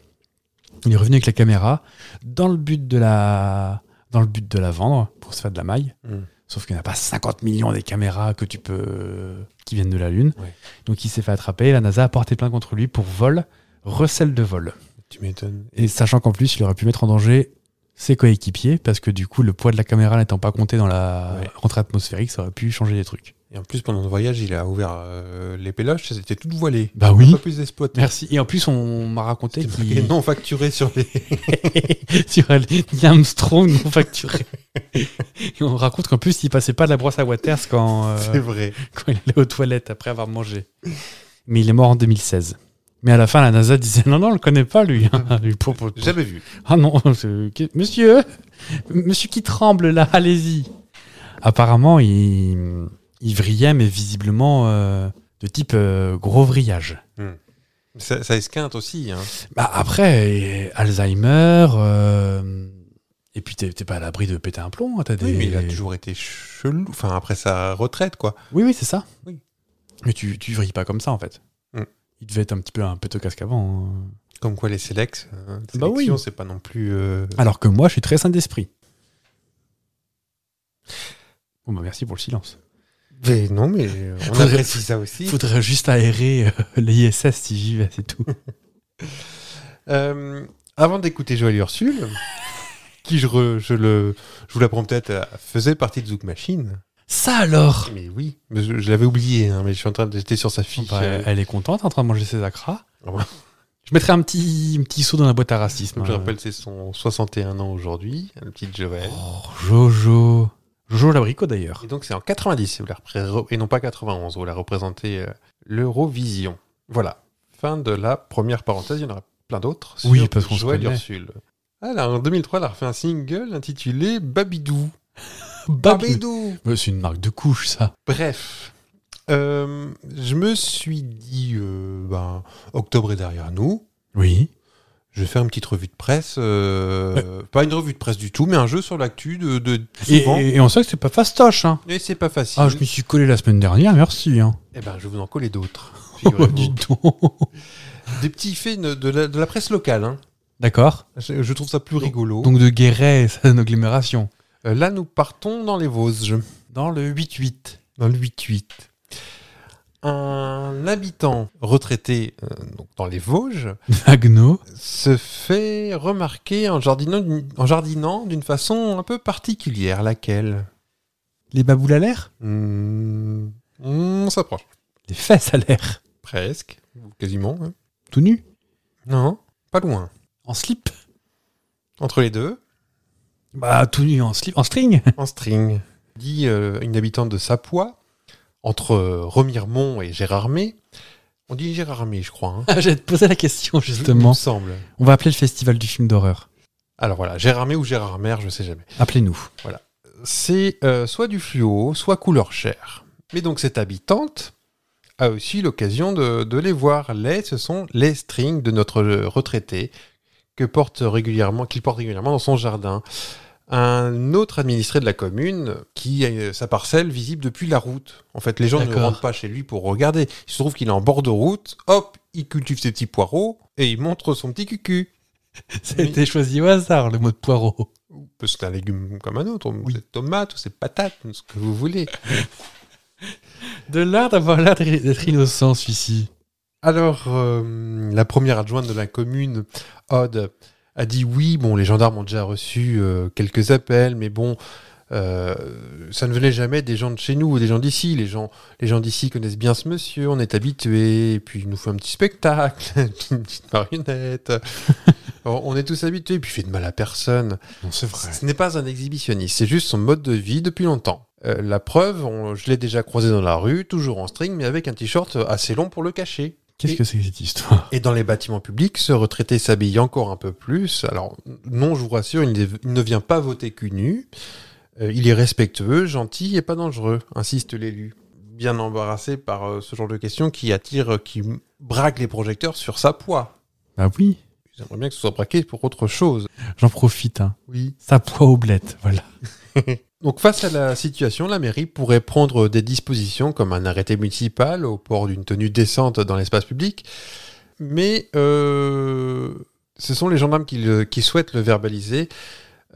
Speaker 3: Il est revenu avec la caméra dans le but de la, dans le but de la vendre pour se faire de la maille.
Speaker 1: Mm.
Speaker 3: Sauf qu'il n'y en a pas 50 millions des caméras que tu peux, qui viennent de la Lune.
Speaker 1: Ouais.
Speaker 3: Donc il s'est fait attraper. La NASA a porté plainte contre lui pour vol, recel de vol.
Speaker 1: Tu m'étonnes.
Speaker 3: Et sachant qu'en plus, il aurait pu mettre en danger ses coéquipiers parce que du coup, le poids de la caméra n'étant pas compté dans la
Speaker 1: Ouais.
Speaker 3: rentrée atmosphérique, ça aurait pu changer des trucs.
Speaker 1: Et en plus, pendant le voyage, il a ouvert euh, les péloches, c'était tout voilé.
Speaker 3: Bah oui.
Speaker 1: Pas plus d'exploité.
Speaker 3: Merci. Et en plus, on m'a raconté
Speaker 1: C'était
Speaker 3: qu'il
Speaker 1: marqué non facturé sur les.
Speaker 3: sur un- un Armstrong non facturé. Et on raconte qu'en plus, il passait pas de la brosse à Waters quand, euh,
Speaker 1: C'est vrai.
Speaker 3: quand il allait aux toilettes après avoir mangé. Mais il est mort en 2016. Mais à la fin, la NASA disait non, non, on le connaît pas, lui.
Speaker 1: Ah.
Speaker 3: hein, lui, pour- pour- pour-
Speaker 1: Jamais vu.
Speaker 3: Ah non, c'est- qu'est- monsieur, monsieur qui tremble là, allez-y. Apparemment, il, il vrillait, mais visiblement euh, de type euh, gros vrillage.
Speaker 1: Ça, ça esquinte aussi. Hein.
Speaker 3: Bah après, euh, Alzheimer, euh, et puis t'es t'es pas à l'abri de péter un plomb. hein, t'as
Speaker 1: Oui,
Speaker 3: des-
Speaker 1: mais il a toujours été chelou. Enfin, après sa retraite, quoi.
Speaker 3: Oui, oui, c'est ça.
Speaker 1: Oui.
Speaker 3: Mais tu, tu vrilles pas comme ça, en fait.
Speaker 1: Mm.
Speaker 3: Il devait être un petit peu un pétocasse qu'avant. hein.
Speaker 1: Comme quoi, les sélects, hein,
Speaker 3: Bah oui. Ah,
Speaker 1: sélection, c'est pas non plus. euh,
Speaker 3: Alors que moi, je suis très sain d'esprit. Bon, bah merci pour le silence.
Speaker 1: Mais non, mais on
Speaker 3: Faudrait-
Speaker 1: apprécie ça aussi.
Speaker 3: Faudrait juste aérer euh, l'ISS si j'y vais, c'est tout.
Speaker 1: Euh, avant d'écouter Joël Ursule, qui je, re- je le, je vous l'apprends peut-être, euh, faisait partie de Zouk Machine.
Speaker 3: Ça alors
Speaker 1: Mais oui, mais je, je l'avais oublié, hein, mais je suis en train de j'étais sur sa fiche.
Speaker 3: Bah,
Speaker 1: euh,
Speaker 3: Elle est contente en train de manger ses acras.
Speaker 1: Ah ouais.
Speaker 3: Je mettrai un petit, un petit saut dans la boîte à racisme.
Speaker 1: donc je
Speaker 3: hein.
Speaker 1: rappelle, c'est son 61 ans aujourd'hui, un petit Joël.
Speaker 3: Oh, Jojo. Jojo l'abricot d'ailleurs.
Speaker 1: Et donc c'est en 90, vous la repré- et non pas 91, où elle a représenté euh, l'Eurovision. Voilà, fin de la première parenthèse, il y en aura plein d'autres. sur
Speaker 3: Oui, parce qu'on se
Speaker 1: Joël
Speaker 3: connaît.
Speaker 1: Ursule. Alors, en 2003, elle a refait un single intitulé Babidou.
Speaker 3: Babidou.
Speaker 1: Babidou
Speaker 3: Mais C'est une marque de couche, ça.
Speaker 1: Bref, euh, je me suis dit, euh, ben, octobre est derrière nous.
Speaker 3: Oui.
Speaker 1: Je vais faire une petite revue de presse. euh, Pas une revue de presse du tout, mais un jeu sur l'actu de, de
Speaker 3: Et,
Speaker 1: souvent. Et,
Speaker 3: et- et on sait que c'est pas fastoche. Hein.
Speaker 1: c'est pas facile.
Speaker 3: Ah, je m'y suis collé la semaine dernière, merci. Hein.
Speaker 1: Eh ben, je vais vous en coller d'autres.
Speaker 3: Oh,
Speaker 1: figurez-vous.
Speaker 3: dis donc.
Speaker 1: Des petits faits de de la, de la presse locale. hein.
Speaker 3: D'accord.
Speaker 1: Je, je trouve ça plus rigolo.
Speaker 3: Donc de Guéret et son agglomération.
Speaker 1: Euh, là, nous partons dans les Vosges.
Speaker 3: Dans le 8-8.
Speaker 1: dans le 8-8. Un habitant retraité euh, donc dans les Vosges
Speaker 3: Agno.
Speaker 1: se fait remarquer en jardinant d'une- en jardinant d'une façon un peu particulière. Laquelle
Speaker 3: Les baboules à l'air
Speaker 1: Hmm, On s'approche.
Speaker 3: Les fesses à l'air.
Speaker 1: Presque. Quasiment. hein.
Speaker 3: Tout nu.
Speaker 1: Non, pas loin.
Speaker 3: En slip.
Speaker 1: Entre les deux,
Speaker 3: Bah, tout nu en slip. En string.
Speaker 1: en string. Dit euh, une habitante de Sapois, entre euh, Remiremont et Gérardmer. On dit Gérardmer, je crois. hein.
Speaker 3: Ah, J'allais te poser la question,
Speaker 1: Il
Speaker 3: justement.
Speaker 1: me semble.
Speaker 3: On va appeler le festival du film d'horreur.
Speaker 1: Alors voilà, Gérardmer ou Gérardmer, je sais jamais.
Speaker 3: Appelez-nous.
Speaker 1: c'est euh, soit du fluo, soit couleur chair. Mais donc cette habitante a aussi l'occasion de, de les voir. Les, ce sont les strings de notre euh, retraité que porte régulièrement, qu'il porte régulièrement dans son jardin. Un autre administré de la commune qui a euh, sa parcelle visible depuis la route. En fait, les gens ne
Speaker 3: D'accord.
Speaker 1: rentrent pas chez lui pour regarder. Il se trouve qu'il est en bord de route. Hop, il cultive ses petits poireaux et il montre son petit cucu.
Speaker 3: Ça a
Speaker 1: Oui.
Speaker 3: été choisi au hasard, le mot de poireau.
Speaker 1: Parce que c'est un légume comme un autre. C'est tomate, ou c'est patate, ou ce que vous voulez.
Speaker 3: De là d'avoir l'air d'être d'être innocent, celui-ci.
Speaker 1: Alors, euh, la première adjointe de la commune, Odd, a dit oui, bon, les gendarmes ont déjà reçu euh, quelques appels, mais bon, euh, ça ne venait jamais des gens de chez nous ou des gens d'ici. Les gens, les gens d'ici connaissent bien ce monsieur, on est habitué, et puis il nous fait un petit spectacle, une petite marionnette. on on est tous habitués, puis il fait de mal à personne.
Speaker 3: Non, c'est
Speaker 1: Ce n'est pas un exhibitionniste, c'est juste son mode de vie depuis longtemps. Euh, la preuve, on- je l'ai déjà croisé dans la rue, toujours en string, mais avec un t-shirt assez long pour le cacher.
Speaker 3: Qu'est-ce que c'est que cette histoire
Speaker 1: Et dans les bâtiments publics, ce retraité s'habille encore un peu plus. Alors, non, je vous rassure, il, n'est- il ne vient pas voter cul nu. Euh, il est respectueux, gentil et pas dangereux, insiste l'élu. Bien embarrassé par euh, ce genre de questions qui attire, euh, qui braque les projecteurs sur sa poids.
Speaker 3: Ah oui,
Speaker 1: J'aimerais bien que ce soit braqué pour autre chose.
Speaker 3: j'en profite. Hein.
Speaker 1: Oui.
Speaker 3: Sa poids aux blettes, voilà.
Speaker 1: Donc face à la situation, la mairie pourrait prendre des dispositions comme un arrêté municipal au port d'une tenue décente dans l'espace public, mais euh, ce sont les gendarmes qui, le- qui souhaitent le verbaliser.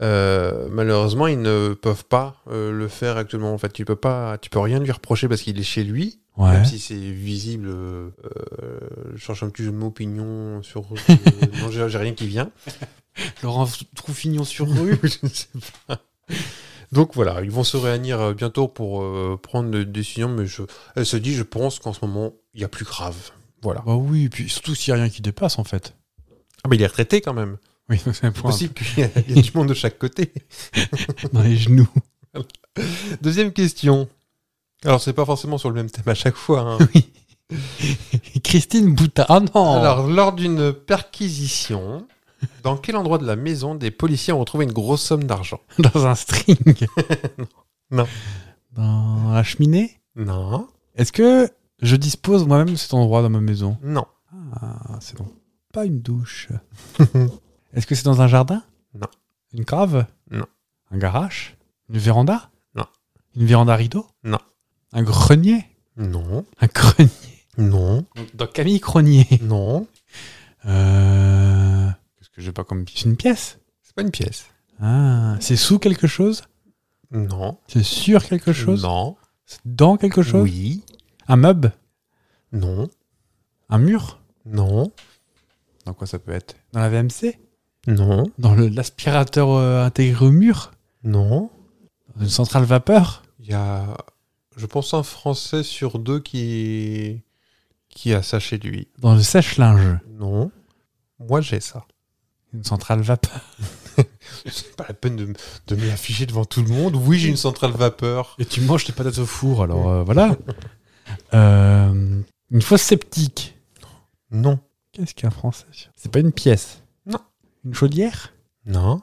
Speaker 1: Euh, malheureusement, ils ne peuvent pas euh, le faire actuellement. En fait, tu peux pas, tu peux rien lui reprocher parce qu'il est chez lui,
Speaker 3: Ouais.
Speaker 1: même si c'est visible. euh, euh, je cherche un petit jeu de mots opinion sur. euh, non, j'ai j'ai rien qui vient.
Speaker 3: Laurent Troufignon sur rue.
Speaker 1: Je ne sais pas. Donc voilà, ils vont se réunir euh, bientôt pour euh, prendre des décisions, mais je, elle se dit, je pense qu'en ce moment, il y a plus grave. Voilà.
Speaker 3: bah oui, et puis surtout s'il n'y a rien qui dépasse en fait.
Speaker 1: Ah, mais il est retraité quand même.
Speaker 3: Oui, c'est un
Speaker 1: C'est
Speaker 3: point
Speaker 1: possible qu'il y a- il y a du monde de chaque côté.
Speaker 3: dans les genoux.
Speaker 1: Deuxième question. Alors, c'est pas forcément sur le même thème à chaque fois. hein.
Speaker 3: Christine Boutard. Ah non
Speaker 1: Alors, lors d'une perquisition, dans quel endroit de la maison des policiers ont retrouvé une grosse somme d'argent
Speaker 3: Dans un string.
Speaker 1: Non.
Speaker 3: Dans la cheminée
Speaker 1: Non.
Speaker 3: Est-ce que je dispose moi-même de cet endroit dans ma maison
Speaker 1: Non.
Speaker 3: Ah, c'est donc pas une douche. Est-ce que c'est dans un jardin
Speaker 1: Non.
Speaker 3: Une cave
Speaker 1: Non.
Speaker 3: Un garage Une véranda
Speaker 1: Non.
Speaker 3: Une véranda rideau
Speaker 1: Non.
Speaker 3: Un grenier
Speaker 1: Non.
Speaker 3: Un grenier
Speaker 1: Non.
Speaker 3: Dans Camille Cronier
Speaker 1: Non.
Speaker 3: Euh... Qu'est-ce que j'ai pas comme pièce Une pièce
Speaker 1: C'est pas une pièce.
Speaker 3: Ah, c'est sous quelque chose
Speaker 1: Non.
Speaker 3: C'est sur quelque chose
Speaker 1: Non.
Speaker 3: C'est dans quelque chose
Speaker 1: Oui.
Speaker 3: Un meuble
Speaker 1: Non.
Speaker 3: Un mur
Speaker 1: Non.
Speaker 3: Dans quoi ça peut être Dans la VMC
Speaker 1: Non,
Speaker 3: Dans le- l'aspirateur euh, intégré au mur
Speaker 1: non.
Speaker 3: Dans une centrale vapeur
Speaker 1: Il y a, je pense, un Français sur deux qui, qui a ça chez lui.
Speaker 3: Dans le sèche-linge
Speaker 1: Non. Moi, j'ai ça.
Speaker 3: Une centrale vapeur.
Speaker 1: C'est pas la peine de, de me l'afficher devant tout le monde. Oui, j'ai une centrale vapeur.
Speaker 3: Et tu manges tes patates au four, alors euh, voilà. Euh, une fosse sceptique.
Speaker 1: Non.
Speaker 3: Qu'est-ce qu'un français C'est pas une pièce.
Speaker 1: Non.
Speaker 3: Une chaudière
Speaker 1: Non.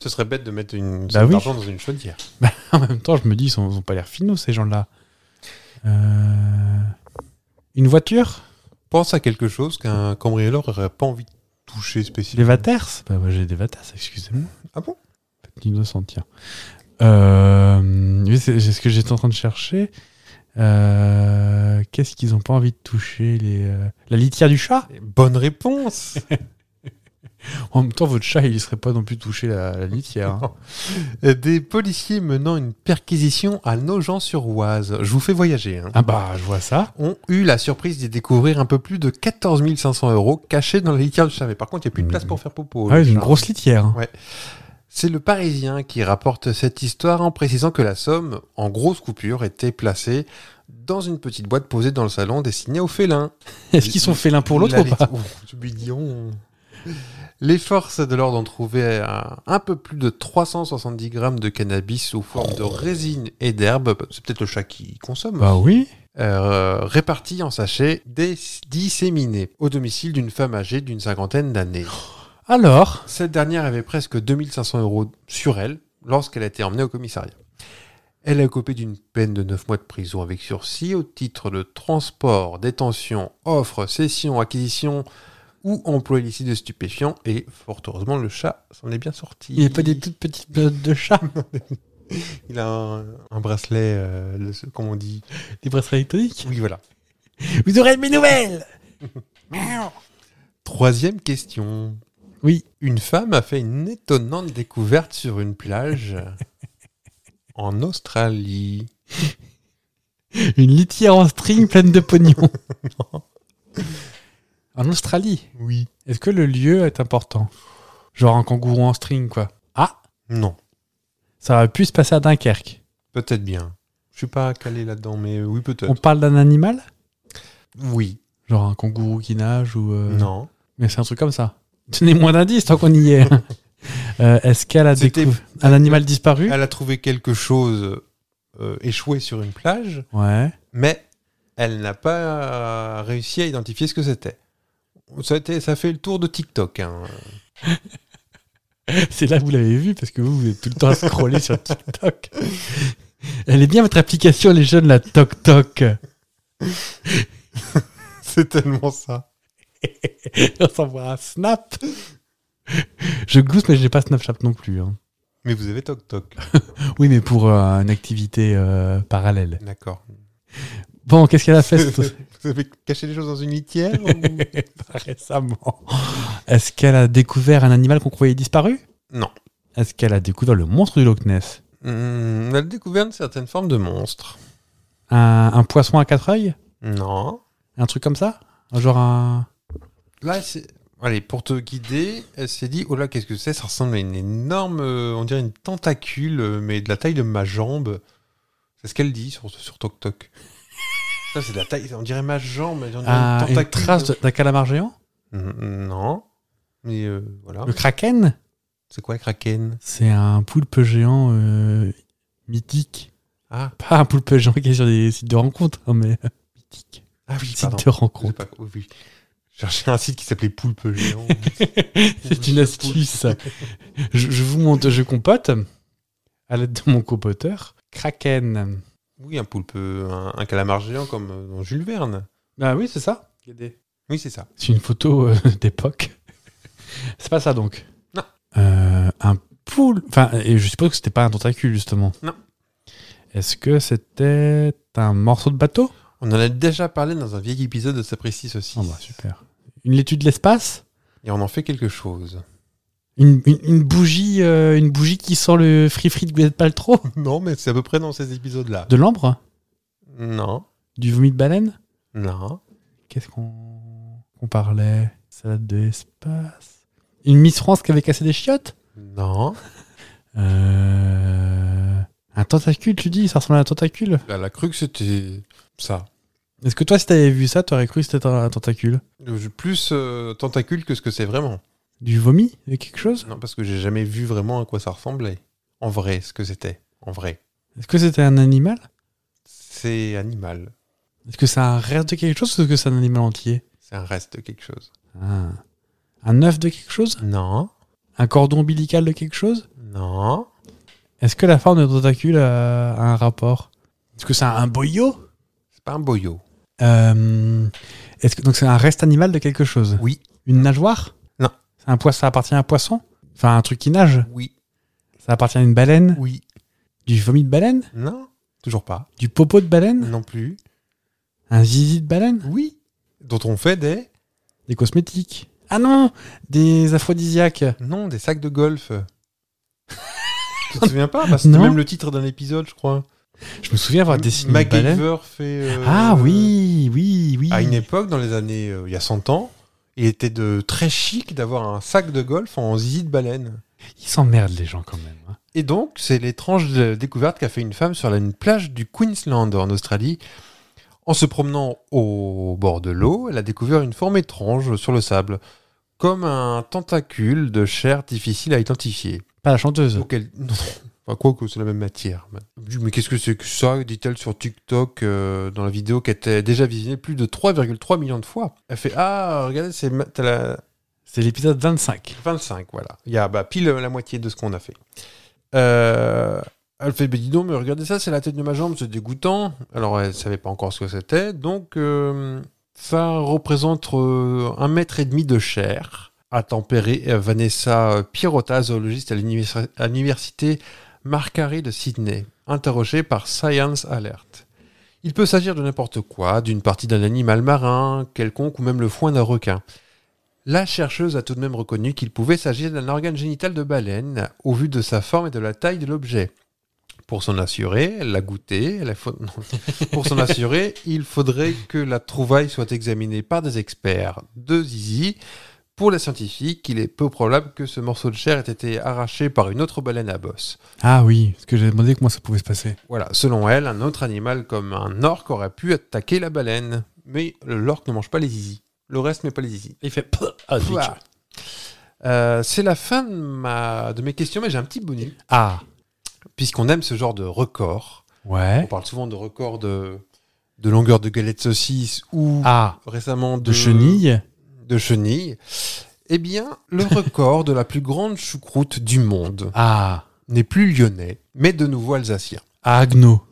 Speaker 1: Ce serait bête de mettre une
Speaker 3: Bah oui.
Speaker 1: argent dans une chaudière.
Speaker 3: En même temps, je me dis, ils sont- ils ont pas l'air finaux, ces gens-là. Euh, une voiture
Speaker 1: Pense à quelque chose qu'un cambrioleur n'aurait pas envie de toucher
Speaker 3: Des
Speaker 1: spécifiquement.
Speaker 3: vaters Bah, moi, j'ai des vaters, excusez-moi.
Speaker 1: Ah bon
Speaker 3: Petit innocent, tiens. Euh, oui, c'est c'est ce que j'étais en train de chercher. Euh, Qu'est-ce qu'ils ont pas envie de toucher les, euh, La litière du chat
Speaker 1: Bonne réponse
Speaker 3: En même temps, votre chat, il ne serait pas non plus touché la, la litière. hein.
Speaker 1: Des policiers menant une perquisition à Nogent-sur-Oise. Je vous fais voyager. hein.
Speaker 3: Ah bah, je vois ça.
Speaker 1: ont eu la surprise d'y découvrir un peu plus de 14 500 euros cachés dans la litière du chat. Mais par contre, il n'y a plus de place pour faire popo.
Speaker 3: Ah ouais,
Speaker 1: Oh, le
Speaker 3: c'est une
Speaker 1: chat.
Speaker 3: grosse litière. hein.
Speaker 1: C'est le Parisien qui rapporte cette histoire en précisant que la somme, en grosse coupure, était placée dans une petite boîte posée dans le salon destinée aux félins.
Speaker 3: Est-ce qu'ils sont félins pour l'autre
Speaker 1: La
Speaker 3: ou pas
Speaker 1: litière- Ouh, tu me dis, on- Les forces de l'ordre ont trouvé un, un peu plus de 370 grammes de cannabis sous forme de résine et d'herbe. C'est peut-être le chat qui consomme. hein.
Speaker 3: Bah oui.
Speaker 1: euh, répartis en sachets dés- disséminés au domicile d'une femme âgée d'une cinquantaine d'années.
Speaker 3: Alors
Speaker 1: Cette dernière avait presque 2500 euros sur elle lorsqu'elle a été emmenée au commissariat. Elle a copé d'une peine de 9 mois de prison avec sursis au titre de transport, détention, offre, cession, acquisition ou emploi illicite de stupéfiants et fort heureusement le chat s'en est bien sorti.
Speaker 3: Il n'y a pas des toutes petites notes de chat
Speaker 1: Il a un, un bracelet, euh, le- comment on dit
Speaker 3: Des bracelets électroniques
Speaker 1: Oui voilà.
Speaker 3: Vous aurez mes nouvelles
Speaker 1: Troisième question.
Speaker 3: Oui.
Speaker 1: Une femme a fait une étonnante découverte sur une plage en Australie.
Speaker 3: Une litière en string pleine de pognon. en Australie.
Speaker 1: Oui.
Speaker 3: Est-ce que le lieu est important Genre un kangourou en string, quoi. Ah,
Speaker 1: Non.
Speaker 3: ça aurait pu se passer à Dunkerque.
Speaker 1: Peut-être bien. Je suis pas calé là-dedans, mais oui, peut-être.
Speaker 3: On parle d'un animal
Speaker 1: Oui.
Speaker 3: Genre un kangourou qui nage ou. euh,
Speaker 1: Non.
Speaker 3: Mais c'est un truc comme ça. Tenez moins d'indices tant qu'on y est. Euh, Est-ce qu'elle a
Speaker 1: C'était-
Speaker 3: découvert un animal disparu
Speaker 1: Elle a trouvé quelque chose euh, échoué sur une plage,
Speaker 3: Ouais.
Speaker 1: mais elle n'a pas réussi à identifier ce que c'était. Ça, a été- ça fait le tour de TikTok. hein.
Speaker 3: C'est là que vous l'avez vu parce que vous, vous êtes tout le temps à scroller sur TikTok. Elle est bien votre application, les jeunes, la Toc Toc.
Speaker 1: C'est tellement ça.
Speaker 3: On s'envoie un Snap. Je glousse, mais j'ai pas Snapchat non plus. hein.
Speaker 1: Mais vous avez Tok Tok.
Speaker 3: Oui, mais pour euh, une activité euh, parallèle.
Speaker 1: D'accord.
Speaker 3: Bon, qu'est-ce qu'elle a fait cette-
Speaker 1: vous avez caché des choses dans une litière ou-
Speaker 3: récemment Est-ce qu'elle a découvert un animal qu'on croyait disparu
Speaker 1: Non.
Speaker 3: Est-ce qu'elle a découvert le monstre du Loch Ness
Speaker 1: Hmm, On a découvert une certaine forme de monstre.
Speaker 3: un, un poisson à quatre yeux
Speaker 1: Non.
Speaker 3: Un truc comme ça Un Genre un.
Speaker 1: Là, c'est- Allez, pour te guider, elle s'est dit, oh là, qu'est-ce que c'est Ça ressemble à une énorme, euh, on dirait une tentacule, euh, mais de la taille de ma jambe. C'est ce qu'elle dit sur, sur Tok Tok. Ça, c'est de la taille, on dirait ma jambe. mais on dirait
Speaker 3: Ah,
Speaker 1: une
Speaker 3: une
Speaker 1: tentacule.
Speaker 3: trace de- d'un calamar géant
Speaker 1: Hmm, Non. Mais euh, voilà.
Speaker 3: Le kraken
Speaker 1: C'est quoi, Kraken
Speaker 3: C'est un poulpe géant euh, mythique.
Speaker 1: Ah,
Speaker 3: Pas un poulpe géant qui est sur des sites de rencontres, hein, mais euh, mythique.
Speaker 1: ah oui,
Speaker 3: Site
Speaker 1: pardon.
Speaker 3: de rencontres.
Speaker 1: J'ai pas- oui, oui. Je cherchais un site qui s'appelait Poulpe Géant.
Speaker 3: C'est une astuce. ça. Je, je vous montre, je compote à l'aide de mon compoteur. Kraken.
Speaker 1: Oui, un poulpe, un, un calamar géant comme euh, dans Jules Verne.
Speaker 3: Ah oui, c'est ça.
Speaker 1: Oui, c'est ça.
Speaker 3: C'est une photo euh, d'époque. C'est pas ça donc.
Speaker 1: Non.
Speaker 3: Euh, un poule. Enfin, et je suppose que c'était pas un tentacule justement.
Speaker 1: Non.
Speaker 3: Est-ce que c'était un morceau de bateau
Speaker 1: On en a déjà parlé dans un vieil épisode de Sapristi Saucisse.
Speaker 3: Ah bah, super. Une étude de l'espace
Speaker 1: Et on en fait quelque chose.
Speaker 3: une, une- une bougie, euh, une bougie qui sent le free free de Gwyneth Paltrow
Speaker 1: Non, mais c'est à peu près dans ces épisodes-là.
Speaker 3: De l'ambre
Speaker 1: Non,
Speaker 3: Du vomi de baleine
Speaker 1: non.
Speaker 3: Qu'est-ce qu'on qu'on parlait Salade de l'espace. Une Miss France qui avait cassé des chiottes
Speaker 1: Non,
Speaker 3: Euh, Un tentacule, tu dis Ça ressemble à un tentacule
Speaker 1: elle a cru que c'était ça.
Speaker 3: Est-ce que toi, si t'avais vu ça, t'aurais cru que c'était un, un tentacule
Speaker 1: Je- Plus euh, tentacule que ce que c'est vraiment.
Speaker 3: Du vomi de quelque chose
Speaker 1: Non, parce que j'ai jamais vu vraiment à quoi ça ressemblait. En vrai, ce que c'était. En vrai.
Speaker 3: Est-ce que c'était un animal
Speaker 1: C'est animal.
Speaker 3: Est-ce que c'est un reste de quelque chose ou est-ce que c'est un animal entier
Speaker 1: C'est un reste de quelque chose.
Speaker 3: Ah. Un œuf de quelque chose
Speaker 1: Non,
Speaker 3: Un cordon ombilical de quelque chose
Speaker 1: non.
Speaker 3: Est-ce que la forme de tentacule a, a un rapport Est-ce que c'est un boyau
Speaker 1: C'est pas un boyau.
Speaker 3: Euh, est-ce que, Donc c'est un reste animal de quelque chose
Speaker 1: Oui.
Speaker 3: Une nageoire
Speaker 1: Non.
Speaker 3: C'est un poisson, ça appartient à un poisson Enfin, un truc qui nage
Speaker 1: Oui.
Speaker 3: Ça appartient à une baleine
Speaker 1: Oui.
Speaker 3: Du vomi de baleine
Speaker 1: Non. Toujours pas.
Speaker 3: Du popo de baleine
Speaker 1: Non plus.
Speaker 3: Un zizi de baleine
Speaker 1: Oui. Dont on fait des.
Speaker 3: Des cosmétiques Ah non Des aphrodisiaques
Speaker 1: Non, des sacs de golf. tu te souviens pas Parce que C'était
Speaker 3: Non.
Speaker 1: même le titre d'un épisode, je crois.
Speaker 3: Je me souviens avoir dessiné une baleine.
Speaker 1: MacGyver fait. euh,
Speaker 3: Ah oui, oui, oui.
Speaker 1: À une époque, dans les années. euh, il y a 100 ans, il était de très chic d'avoir un sac de golf en zizi de baleine.
Speaker 3: Ils s'emmerdent les gens quand même. hein.
Speaker 1: Et donc, c'est l'étrange euh, découverte qu'a fait une femme sur la- une plage du Queensland en Australie. En se promenant au bord de l'eau, elle a découvert une forme étrange sur le sable, comme un tentacule de chair difficile à identifier.
Speaker 3: Pas la chanteuse.
Speaker 1: Donc elle- non, enfin, quoi que c'est la même matière. Je dis, Mais qu'est-ce que c'est que ça dit-elle sur TikTok euh, dans la vidéo qui était déjà visionnée plus de 3,3 millions de fois. Elle fait Ah, regardez, c'est ma- t'as la
Speaker 3: C'est l'épisode 25.
Speaker 1: 25, voilà. Il y a bah, pile la moitié de ce qu'on a fait. Euh, elle fait, mais dis donc, mais regardez ça, c'est la tête de ma jambe, c'est dégoûtant. Alors, elle savait pas encore ce que c'était. Donc, euh, ça représente euh, un mètre et demi de chair à tempérer euh, Vanessa Pirota, zoologiste à l'univers- à l'université Marcari de Sydney, interrogée par Science Alert. Il peut s'agir de n'importe quoi, d'une partie d'un animal marin quelconque ou même le foin d'un requin. La chercheuse a tout de même reconnu qu'il pouvait s'agir d'un organe génital de baleine au vu de sa forme et de la taille de l'objet. Pour s'en assurer, elle l'a goûté. elle a fa- non. Pour s'en assurer, il faudrait que la trouvaille soit examinée par des experts. Deux zizi. Pour les scientifiques, il est peu probable que ce morceau de chair ait été arraché par une autre baleine à bosse.
Speaker 3: Ah oui, parce que j'ai demandé comment ça pouvait se passer.
Speaker 1: Voilà, selon elle, un autre animal comme un orque aurait pu attaquer la baleine. Mais l'orque ne mange pas les zizis. Le reste n'est pas les zizis.
Speaker 5: Il fait. Ah, zut.
Speaker 1: Voilà. Euh, c'est la fin de, ma, de mes questions, mais j'ai un petit bonus.
Speaker 3: Ah,
Speaker 1: Puisqu'on aime ce genre de record, on
Speaker 3: ouais.
Speaker 1: parle souvent de record de, de longueur de galette saucisse ou
Speaker 3: Ah,
Speaker 1: récemment de,
Speaker 3: de chenilles
Speaker 1: De chenille. Eh bien, le record de la plus grande choucroute du monde
Speaker 3: Ah,
Speaker 1: n'est plus lyonnais, mais de nouveau alsacien.
Speaker 3: à Agno,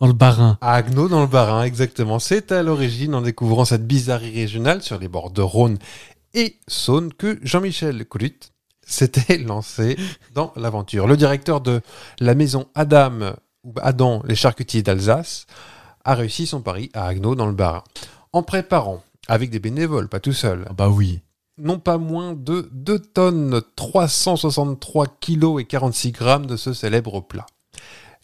Speaker 3: dans le Barin.
Speaker 1: À Agneau, dans le Barin, exactement. C'est à l'origine, en découvrant cette bizarrerie régionale sur les bords de Rhône et Saône, que Jean-Michel Colut s'était lancé dans l'aventure. Le directeur de la maison Adam, ou Adam, les charcutiers d'Alsace, a réussi son pari à Agneau, dans le Barin, en préparant, avec des bénévoles, pas tout seul,
Speaker 3: Ah bah oui.
Speaker 1: non pas moins de 2 tonnes 363 kilos et 46 grammes de ce célèbre plat.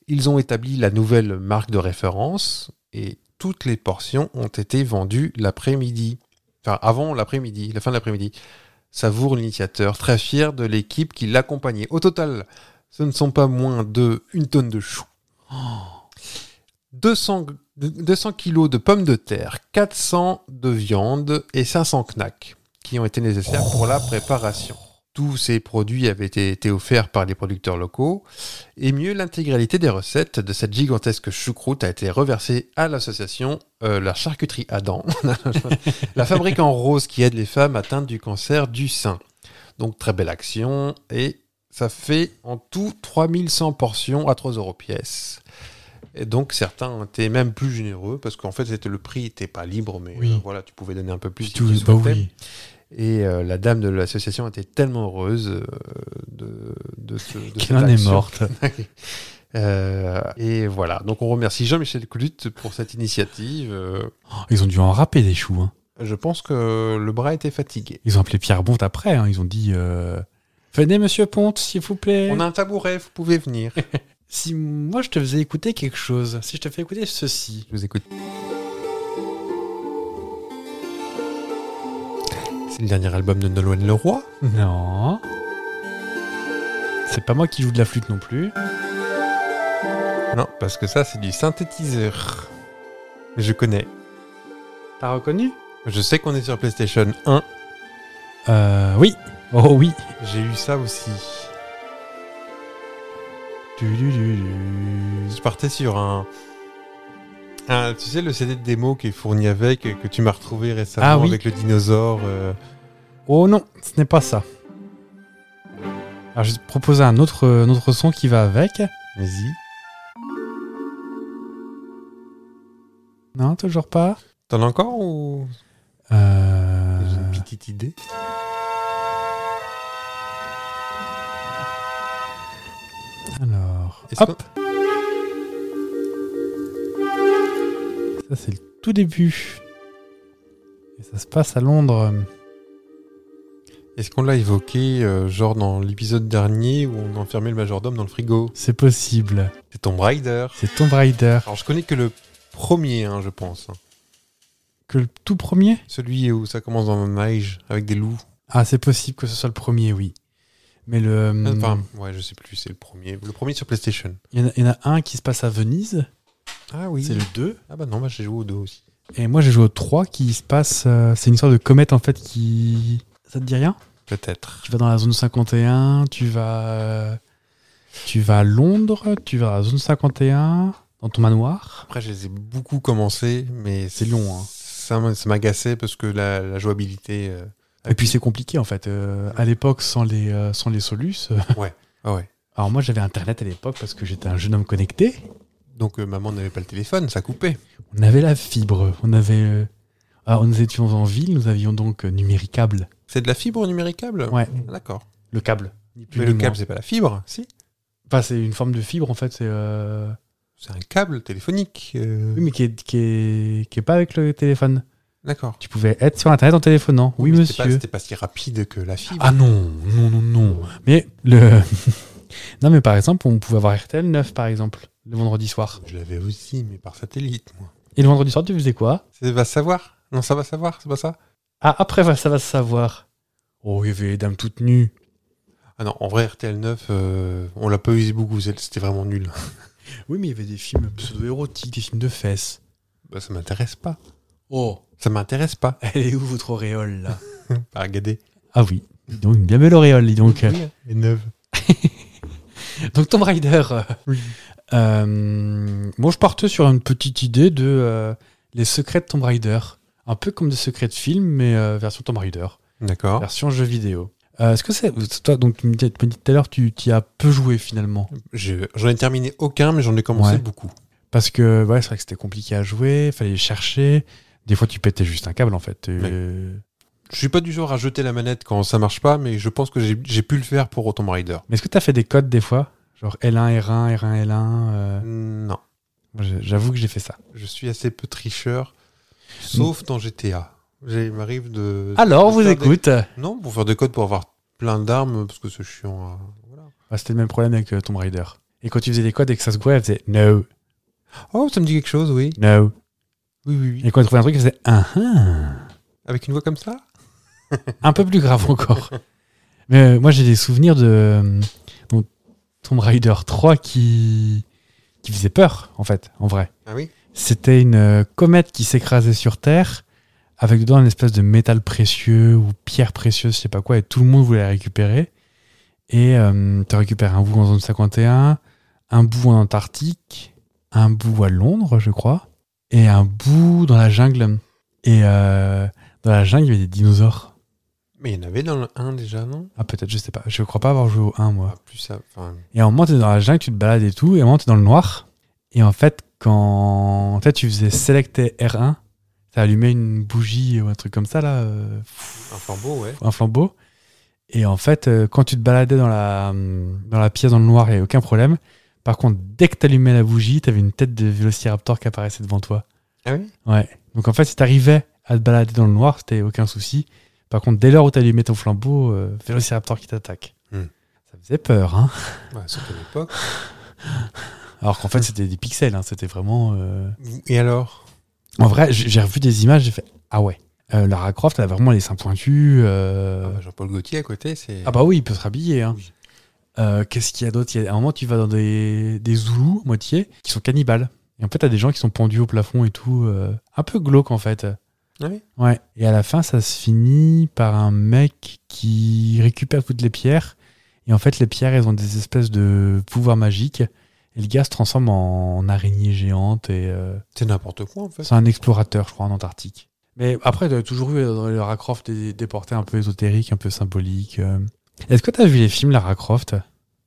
Speaker 1: Ils ont établi la nouvelle marque de référence et toutes les portions ont été vendues l'après-midi. Enfin, avant l'après-midi, la fin de l'après-midi. Savoure l'initiateur, très fier de l'équipe qui l'accompagnait. Au total, ce ne sont pas moins de une tonne de choux. 200, 200 kilos de pommes de terre, 400 de viande et 500 knacks qui ont été nécessaires pour la préparation. Tous ces produits avaient été, été offerts par les producteurs locaux, et mieux, l'intégralité des recettes de cette gigantesque choucroute a été reversée à l'association euh, La Charcuterie Adam, la fabrique en rose qui aide les femmes atteintes du cancer du sein. Donc très belle action, et ça fait en tout 3100 portions à 3 euros pièce. Et donc certains ont été même plus généreux, parce qu'en fait c'était- le prix n'était pas libre, mais
Speaker 3: Oui.
Speaker 1: euh, voilà, tu pouvais donner un peu plus. si
Speaker 3: Tout,
Speaker 1: tu le
Speaker 3: bah
Speaker 1: souhaitais.
Speaker 3: oui.
Speaker 1: Et euh, la dame de l'association était tellement heureuse euh, de, de ce. de cette
Speaker 3: Qu'elle en est
Speaker 1: action.
Speaker 3: morte.
Speaker 1: Euh, et voilà. Donc on remercie Jean-Michel Clut pour cette initiative. Euh,
Speaker 3: Ils ont dû en râper des choux. hein.
Speaker 1: je pense que le bras était fatigué.
Speaker 3: Ils ont appelé Pierre Bonte après. hein. Ils ont dit euh, Venez, monsieur Ponte, s'il vous plaît.
Speaker 1: On a un tabouret, vous pouvez venir.
Speaker 5: Si moi je te faisais écouter quelque chose, si je te fais écouter ceci.
Speaker 1: Je vous écoute. C'est le dernier album de Nolwenn Leroy.
Speaker 3: Non. C'est pas moi qui joue de la flûte non plus.
Speaker 1: Non, parce que ça, c'est du synthétiseur. Mais Je connais.
Speaker 5: T'as reconnu
Speaker 1: Je sais qu'on est sur PlayStation 1.
Speaker 3: Euh, oui. Oh oui.
Speaker 1: J'ai eu ça aussi.
Speaker 3: Du, du, du, du.
Speaker 1: Je partais sur un. un- tu sais, le CD de démo qui est fourni avec, que tu m'as retrouvé récemment
Speaker 3: Ah oui.
Speaker 1: avec le dinosaure. euh,
Speaker 3: Oh non, ce n'est pas ça. Alors je vais te proposer un autre, un autre son qui va avec.
Speaker 1: Vas-y.
Speaker 3: Non, toujours pas.
Speaker 1: T'en as encore ou.
Speaker 3: Euh,
Speaker 1: J'ai une petite idée.
Speaker 3: Alors,
Speaker 1: Est-ce
Speaker 3: hop, ça c'est le tout début. Et ça se passe à Londres.
Speaker 1: Est-ce qu'on l'a évoqué, euh, genre dans l'épisode dernier où on enfermait le majordome dans le frigo
Speaker 3: C'est possible.
Speaker 1: C'est Tomb Raider.
Speaker 3: C'est Tomb Raider.
Speaker 1: Alors je connais que le premier, hein, je pense. hein.
Speaker 3: Que le tout premier
Speaker 1: Celui où ça commence dans le neige avec des loups.
Speaker 3: Ah, c'est possible que ce soit le premier, oui. Mais le. euh,
Speaker 1: Ah, Enfin, ouais, je sais plus, c'est le premier. Le premier sur PlayStation.
Speaker 3: Il y, en a- il y en a un qui se passe à Venise.
Speaker 1: Ah oui.
Speaker 3: C'est le 2.
Speaker 1: Ah bah non, bah, j'ai joué au deux aussi.
Speaker 3: Et moi, j'ai joué au 3 qui se passe. euh, c'est une histoire de comète en fait qui. Ça te dit rien
Speaker 1: Peut-être.
Speaker 3: Tu vas dans la zone 51, tu vas. euh, Tu vas à Londres, tu vas à la zone 51, dans ton manoir.
Speaker 1: Après, je les ai beaucoup commencé, mais
Speaker 3: C'est long, hein.
Speaker 1: Ça, m'a- ça m'agaçait parce que la, la jouabilité. euh,
Speaker 3: Et puis c'est compliqué en fait. Euh, à l'époque, sans les, euh, sans les solus. euh,
Speaker 1: Ah ouais.
Speaker 3: Alors moi, j'avais internet à l'époque parce que j'étais un jeune homme connecté.
Speaker 1: Donc euh, maman n'avait pas le téléphone, ça coupait.
Speaker 3: On avait la fibre. On avait. euh, alors, nous étions en ville, nous avions donc euh, numéricable.
Speaker 1: C'est de la fibre numéricable
Speaker 3: Ouais,
Speaker 1: D'accord.
Speaker 3: le câble. Ni plus
Speaker 1: Mais
Speaker 3: ni
Speaker 1: le câble,
Speaker 3: moins.
Speaker 1: c'est pas la fibre Si.
Speaker 3: Enfin, c'est une forme de fibre en fait. C'est. euh,
Speaker 1: C'est un câble téléphonique. euh,
Speaker 3: Oui, mais qui est, qui, est, qui est pas avec le téléphone.
Speaker 1: D'accord.
Speaker 3: Tu pouvais être sur Internet en téléphonant. Oui,
Speaker 1: Mais c'était pas-
Speaker 3: monsieur.
Speaker 1: C'était pas, si rapide que la fibre.
Speaker 3: Ah non, non, non, non. Mais le. non, mais par exemple, on pouvait avoir RTL 9, par exemple, le vendredi soir.
Speaker 1: Je l'avais aussi, mais par satellite, moi.
Speaker 3: Et le vendredi soir, tu faisais quoi
Speaker 1: Ça va savoir Non, ça va savoir, c'est pas ça
Speaker 3: Ah, après, ça va se savoir. Oh, il y avait les dames toutes nues.
Speaker 1: Ah non, en vrai, RTL 9, euh, on l'a pas usé beaucoup, c'est- c'était vraiment nul.
Speaker 6: Oui, mais il y avait des films pseudo-érotiques, des films de fesses.
Speaker 1: Bah, ça m'intéresse pas.
Speaker 6: Oh,
Speaker 1: Ça m'intéresse pas. Eh,
Speaker 6: elle est où votre auréole, là
Speaker 1: Ah, regardez.
Speaker 3: Ah oui. Dis Donc, une bien belle auréole, dis donc.
Speaker 1: Et 9.
Speaker 3: Donc Tomb Raider. euh, euh, moi, je partais sur une petite idée de euh, les secrets de Tomb Raider. Un peu comme des secrets de film, mais euh, version Tomb Raider,
Speaker 1: D'accord.
Speaker 3: version jeu vidéo. Euh, Est-ce que c'est toi donc tu me dis tu me dis tout à l'heure tu tu y as peu joué finalement
Speaker 1: Je- J'en ai terminé aucun, mais j'en ai commencé
Speaker 3: Ouais.
Speaker 1: beaucoup.
Speaker 3: parce que ouais c'est vrai que c'était compliqué à jouer fallait chercher des fois tu pétais juste un câble en fait Euh,
Speaker 1: Je suis pas du genre à jeter la manette quand ça marche pas, mais je pense que j'ai j'ai pu le faire pour Tomb Raider.
Speaker 3: mais est-ce que t'as fait des codes des fois genre L1 R1 R1 L1 euh,
Speaker 1: Non.
Speaker 3: moi, j'ai- j'avoue que j'ai fait ça
Speaker 1: Je suis assez peu tricheur, sauf dans GTA. J'ai- Il m'arrive de.
Speaker 3: alors
Speaker 1: de
Speaker 3: vous
Speaker 1: faire des-
Speaker 3: écoute
Speaker 1: Non, pour faire des codes pour avoir plein d'armes, parce que c'est chiant. à- voilà.
Speaker 3: Ah, c'était le même problème avec euh, Tomb Raider. Et quand tu faisais des codes et que ça se courait, elle faisait no,
Speaker 1: Oh, ça me dit quelque chose, oui.
Speaker 3: no.
Speaker 1: Oui, oui, oui.
Speaker 3: Et quand elle trouvait un truc, elle faisait un,
Speaker 1: Avec une voix comme ça
Speaker 3: un peu plus grave encore. Mais euh, moi, j'ai des souvenirs de euh, donc, Tomb Raider 3 qui, qui faisait peur, en fait, en vrai.
Speaker 1: Ah oui
Speaker 3: C'était une euh, comète qui s'écrasait sur Terre avec dedans une espèce de métal précieux ou pierre précieuse, je sais pas quoi, et tout le monde voulait la récupérer. Et euh, tu récupères un bout en zone 51, un bout en Antarctique, un bout à Londres, je crois, et un bout dans la jungle. Et euh, dans la jungle, il y avait des dinosaures.
Speaker 1: Mais il y en avait dans le 1 déjà, non
Speaker 3: Ah, peut-être, je sais pas. Je crois pas avoir joué au 1, moi.
Speaker 1: Ah, plus ça. Enfin,
Speaker 3: Et à un moment, t'es dans la jungle, tu te balades et tout, et à un moment, t'es dans le noir. Et en fait, quand en fait, tu faisais Select et R1, t'as allumé une bougie ou un truc comme ça, là, euh,
Speaker 1: un flambeau, ouais.
Speaker 3: un flambeau. Et en fait, euh, quand tu te baladais dans la, hum, dans la pièce, dans le noir, il n'y avait aucun problème. Par contre, dès que t'allumais la bougie, t'avais une tête de vélociraptor qui apparaissait devant toi.
Speaker 1: Ah oui
Speaker 3: Ouais. Donc en fait, si t'arrivais à te balader dans le noir, c'était aucun souci. Par contre, dès l'heure où t'allumais ton flambeau, euh, vélociraptor qui t'attaque.
Speaker 1: Hmm.
Speaker 3: Ça faisait peur, hein.
Speaker 1: ouais Surtout Bah, à l'époque.
Speaker 3: Alors qu'en fait, c'était des pixels, hein, c'était vraiment. euh,
Speaker 1: Et alors
Speaker 3: En vrai, j'ai j'ai revu des images, j'ai fait Ah ouais, euh, Lara Croft, elle a vraiment les seins pointus. euh,
Speaker 1: Ah bah, Jean-Paul Gaultier à côté, c'est.
Speaker 3: Ah bah oui, il peut se rhabiller. hein.
Speaker 1: Oui.
Speaker 3: Euh, Qu'est-ce qu'il y a d'autre Il y a- À un moment, tu vas dans des, des Zoulous, moitié, qui sont cannibales. Et en fait, t'as des gens qui sont pendus au plafond et tout. euh, un peu glauque, en fait.
Speaker 1: Ah oui
Speaker 3: Ouais. Et à la fin, ça se finit par un mec qui récupère toutes les pierres. Et en fait, les pierres, elles ont des espèces de pouvoirs magiques. Et le gars se transforme en, en araignée géante. Et euh,
Speaker 1: C'est n'importe quoi en fait.
Speaker 3: c'est un explorateur, je crois, en Antarctique. Mais après, t'as toujours eu euh, dans Lara Croft des, des portées un peu ésotériques, un peu symboliques. euh. Est-ce que t'as vu les films Lara Croft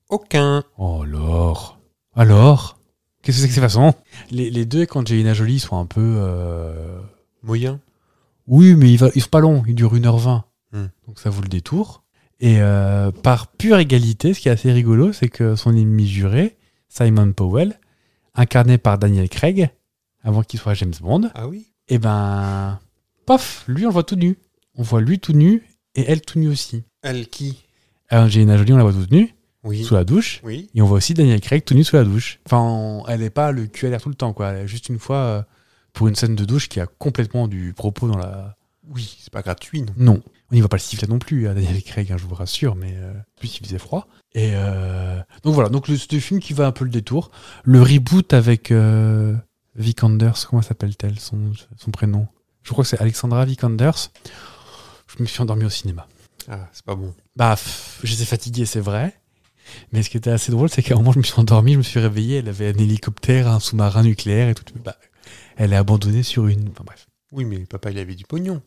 Speaker 1: Aucun.
Speaker 3: Oh alors Alors Qu'est-ce que c'est que ces façons les, les deux, quand Angelina Jolie, ils sont un peu... euh,
Speaker 1: Moyen.
Speaker 3: oui, mais il va, ils sont pas longs, ils durent 1h20.
Speaker 1: Hmm.
Speaker 3: Donc ça vaut le détour. Et euh, par pure égalité, ce qui est assez rigolo, c'est que son ennemi juré, Simon Powell, incarné par Daniel Craig, avant qu'il soit James Bond,
Speaker 1: Ah oui
Speaker 3: et ben, pof, lui on le voit tout nu. On voit lui tout nu et elle tout nue aussi.
Speaker 1: Elle qui
Speaker 3: Angelina Jolie, on la voit toute nue,
Speaker 1: Oui.
Speaker 3: sous la douche.
Speaker 1: Oui.
Speaker 3: Et on voit aussi Daniel Craig tout nu sous la douche. Enfin, on- elle n'est pas le cul à l'air tout le temps, quoi. Elle est juste une fois euh, pour une scène de douche qui a complètement du propos dans la,
Speaker 1: Oui, c'est pas gratuit non.
Speaker 3: Ah, non, on n'y voit pas le sifflet non plus, hein, Daniel Craig, hein, je vous rassure, mais euh, en plus il faisait froid. Et euh, donc voilà, donc le, c'est un film qui va un peu le détour. Le reboot avec euh, Vic Anders, comment s'appelle-t-elle son, son prénom Je crois que c'est Alexandra Vic Anders. Je me suis endormi au cinéma.
Speaker 1: Ah, c'est pas bon.
Speaker 3: Bah, pff, j'étais fatigué, c'est vrai. Mais ce qui était assez drôle, c'est qu'à un moment, je me suis endormi, je me suis réveillé, elle avait un hélicoptère, un sous-marin nucléaire et tout. Bah, elle est abandonnée sur une. Enfin bref.
Speaker 1: Oui, mais papa il avait du pognon.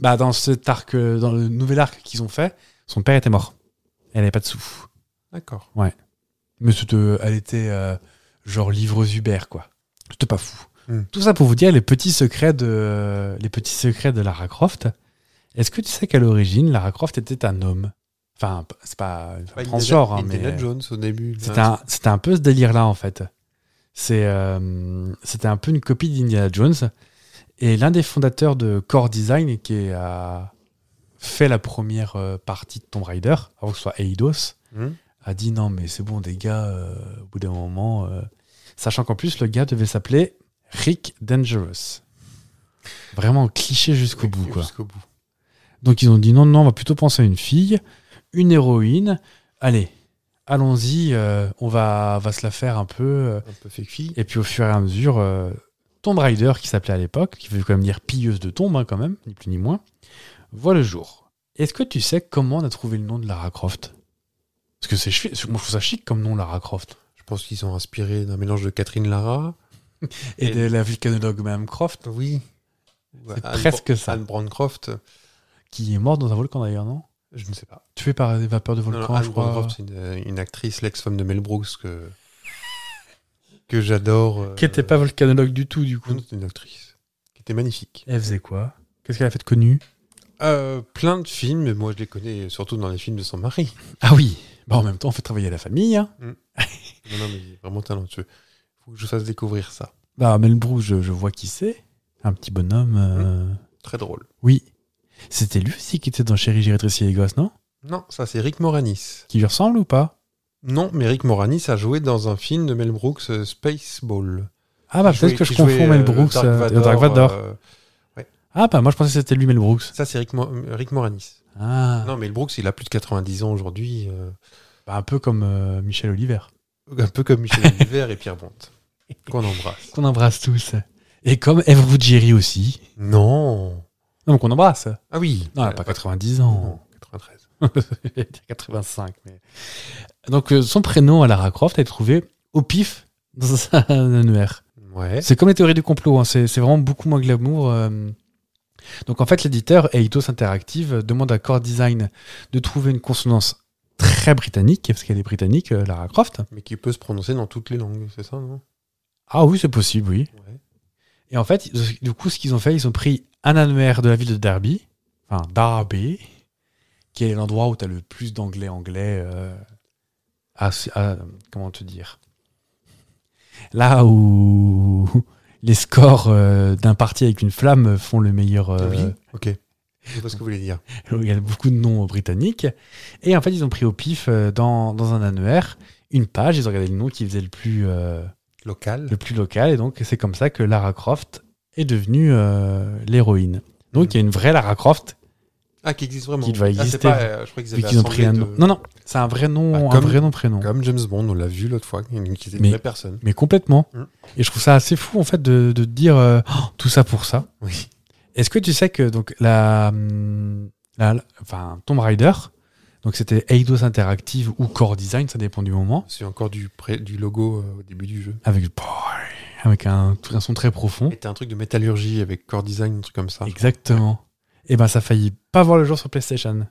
Speaker 3: Bah, dans cet arc, euh, dans le nouvel arc qu'ils ont fait, son père était mort. Elle n'avait pas de sous.
Speaker 1: D'accord.
Speaker 3: Mais c'était, euh, elle était euh, genre livreuse Uber, quoi. C'était pas fou.
Speaker 1: Hmm.
Speaker 3: Tout ça pour vous dire les petits secrets de, euh, les petits secrets de Lara Croft. Est-ce que tu sais qu'à l'origine, Lara Croft était un homme Enfin, p- c'est pas,
Speaker 1: Pas Indiana-
Speaker 3: transgenre, hein,
Speaker 1: Indiana
Speaker 3: mais.
Speaker 1: Jones au début.
Speaker 3: C'était un, c'était un peu ce délire-là, en fait. C'est, euh, C'était un peu une copie d'Indiana Jones. Et l'un des fondateurs de Core Design, qui est, a fait la première euh, partie de Tomb Raider, avant que ce soit Eidos,
Speaker 1: Mhm.
Speaker 3: a dit non, mais c'est bon, des gars, euh, au bout d'un moment. euh, Sachant qu'en plus, le gars devait s'appeler Rick Dangerous. Vraiment cliché jusqu'au bout, quoi.
Speaker 1: Jusqu'au bout.
Speaker 3: Donc ils ont dit non, non, on va plutôt penser à une fille, une héroïne. Allez, allons-y, euh, on va, va se la faire un peu. euh.
Speaker 1: Un peu fake fille.
Speaker 3: Et puis au fur et à mesure, euh, Tomb Raider, qui s'appelait à l'époque, qui veut quand même dire pilleuse de tombe, hein, quand même, ni plus ni moins, voit le jour. Est-ce que tu sais comment on a trouvé le nom de Lara Croft Parce que c'est chic, moi je trouve ça chic comme nom Lara Croft.
Speaker 1: Je pense qu'ils sont inspirés d'un mélange de Catherine Lara.
Speaker 3: Et, de la vulcanologue Madame Croft,
Speaker 1: Oui.
Speaker 3: C'est presque ça.
Speaker 1: Anne Bancroft,
Speaker 3: qui est morte dans un volcan d'ailleurs, non
Speaker 1: je ne sais pas.
Speaker 3: Tuée par des vapeurs de
Speaker 1: Non, non,
Speaker 3: volcan, je
Speaker 1: Anne
Speaker 3: crois.
Speaker 1: Bancroft, c'est une, une actrice, l'ex-femme de Mel Brooks que, que j'adore. euh,
Speaker 3: Qui n'était pas volcanologue du tout, du coup.
Speaker 1: non, c'est une actrice qui était magnifique.
Speaker 3: Elle faisait quoi Qu'est-ce qu'elle a fait de connu
Speaker 1: Euh, plein de films, mais moi je les connais surtout dans les films de son mari.
Speaker 3: Ah oui bah, En même temps, on fait travailler la famille. Hein.
Speaker 1: Non, non, mais il est vraiment talentueux. Faut que je vous fasse découvrir ça.
Speaker 3: Bah, Mel Brooks, je, je vois qui c'est. Un petit bonhomme. euh,
Speaker 1: Très drôle.
Speaker 3: Oui. C'était lui aussi qui était dans Chérie, j'ai rétréci les gosses, non
Speaker 1: Non, ça c'est Rick Moranis.
Speaker 3: Qui lui ressemble ou pas
Speaker 1: Non, mais Rick Moranis a joué dans un film de Mel Brooks, euh, Spaceball.
Speaker 3: Ah bah
Speaker 1: Qui jouait-
Speaker 3: peut-être que je
Speaker 1: qui jouait,
Speaker 3: confonds Mel
Speaker 1: euh,
Speaker 3: Brooks
Speaker 1: Dark
Speaker 3: euh, et Dark Vador.
Speaker 1: euh,
Speaker 3: Ah bah moi je pensais que c'était lui Mel Brooks.
Speaker 1: ça c'est Rick, Mo- Rick Moranis.
Speaker 3: Ah.
Speaker 1: Non, Mel Brooks, il a plus de 90 ans aujourd'hui. euh,
Speaker 3: Bah, un peu comme euh, Michel Oliver.
Speaker 1: un peu comme Michel Oliver et Pierre Bonte. Qu'on embrasse.
Speaker 3: Qu'on embrasse tous. Et comme Eve Ruggieri aussi.
Speaker 1: Non.
Speaker 3: Non mais qu'on embrasse.
Speaker 1: Ah oui.
Speaker 3: Non, elle a pas 90 ans.
Speaker 1: Non, 93.
Speaker 3: J'allais dire 85. Mais... Donc, euh, son prénom à Lara Croft est trouvé au pif dans un annuaire.
Speaker 1: Ouais.
Speaker 3: C'est comme les théories du complot, hein, c'est c'est vraiment beaucoup moins glamour. euh. Donc, en fait, l'éditeur Eidos Interactive euh, demande à Core Design de trouver une consonance très britannique, parce qu'elle est britannique, euh, Lara Croft.
Speaker 1: Mais qui peut se prononcer dans toutes les langues, c'est ça, non
Speaker 3: Ah oui, c'est possible, oui.
Speaker 1: Ouais.
Speaker 3: Et en fait, ils- du coup, ce qu'ils ont fait, ils ont pris un annuaire de la ville de Derby, enfin Derby, qui est l'endroit où tu as le plus d'anglais anglais. euh, à- à- comment te dire Là où les scores euh, d'un parti avec une flamme font le meilleur. euh,
Speaker 1: Oui. Ok. Je sais pas ce que vous voulez dire.
Speaker 3: il y a beaucoup de noms euh, britanniques. Et en fait, ils ont pris au pif euh, dans, dans un annuaire une page, ils ont regardé le nom qui faisait le plus. euh,
Speaker 1: Local.
Speaker 3: le plus local. Et donc, c'est comme ça que Lara Croft est devenue euh, l'héroïne. Donc, il y a une vraie Lara Croft.
Speaker 1: Ah, qui existe vraiment.
Speaker 3: Qui va
Speaker 1: Ah, c'est
Speaker 3: exister.
Speaker 1: pas, euh, je crois qu'ils
Speaker 3: Puis
Speaker 1: avaient
Speaker 3: qu'ils ont pris un
Speaker 1: assemblé
Speaker 3: nom.
Speaker 1: de-
Speaker 3: Non, non, c'est un vrai nom,
Speaker 1: Bah,
Speaker 3: un
Speaker 1: comme-
Speaker 3: vrai nom, prénom.
Speaker 1: Comme James Bond, on l'a vu l'autre fois, qui était
Speaker 3: Mais-
Speaker 1: une vraie personne.
Speaker 3: Mais complètement.
Speaker 1: Mm.
Speaker 3: Et je trouve ça assez fou, en fait, de, de te dire euh, Oh, tout ça pour ça.
Speaker 1: Oui.
Speaker 3: Est-ce que tu sais que donc la, hum, la- la- enfin, Tomb Raider, donc c'était Eidos Interactive ou Core Design, ça dépend du moment,
Speaker 1: C'est encore du, pré- du logo euh, au début du jeu.
Speaker 3: avec, avec un, un son très profond.
Speaker 1: C'était un truc de métallurgie avec core design, un truc comme ça.
Speaker 3: Exactement. Et ben ça faillit pas voir le jour sur PlayStation.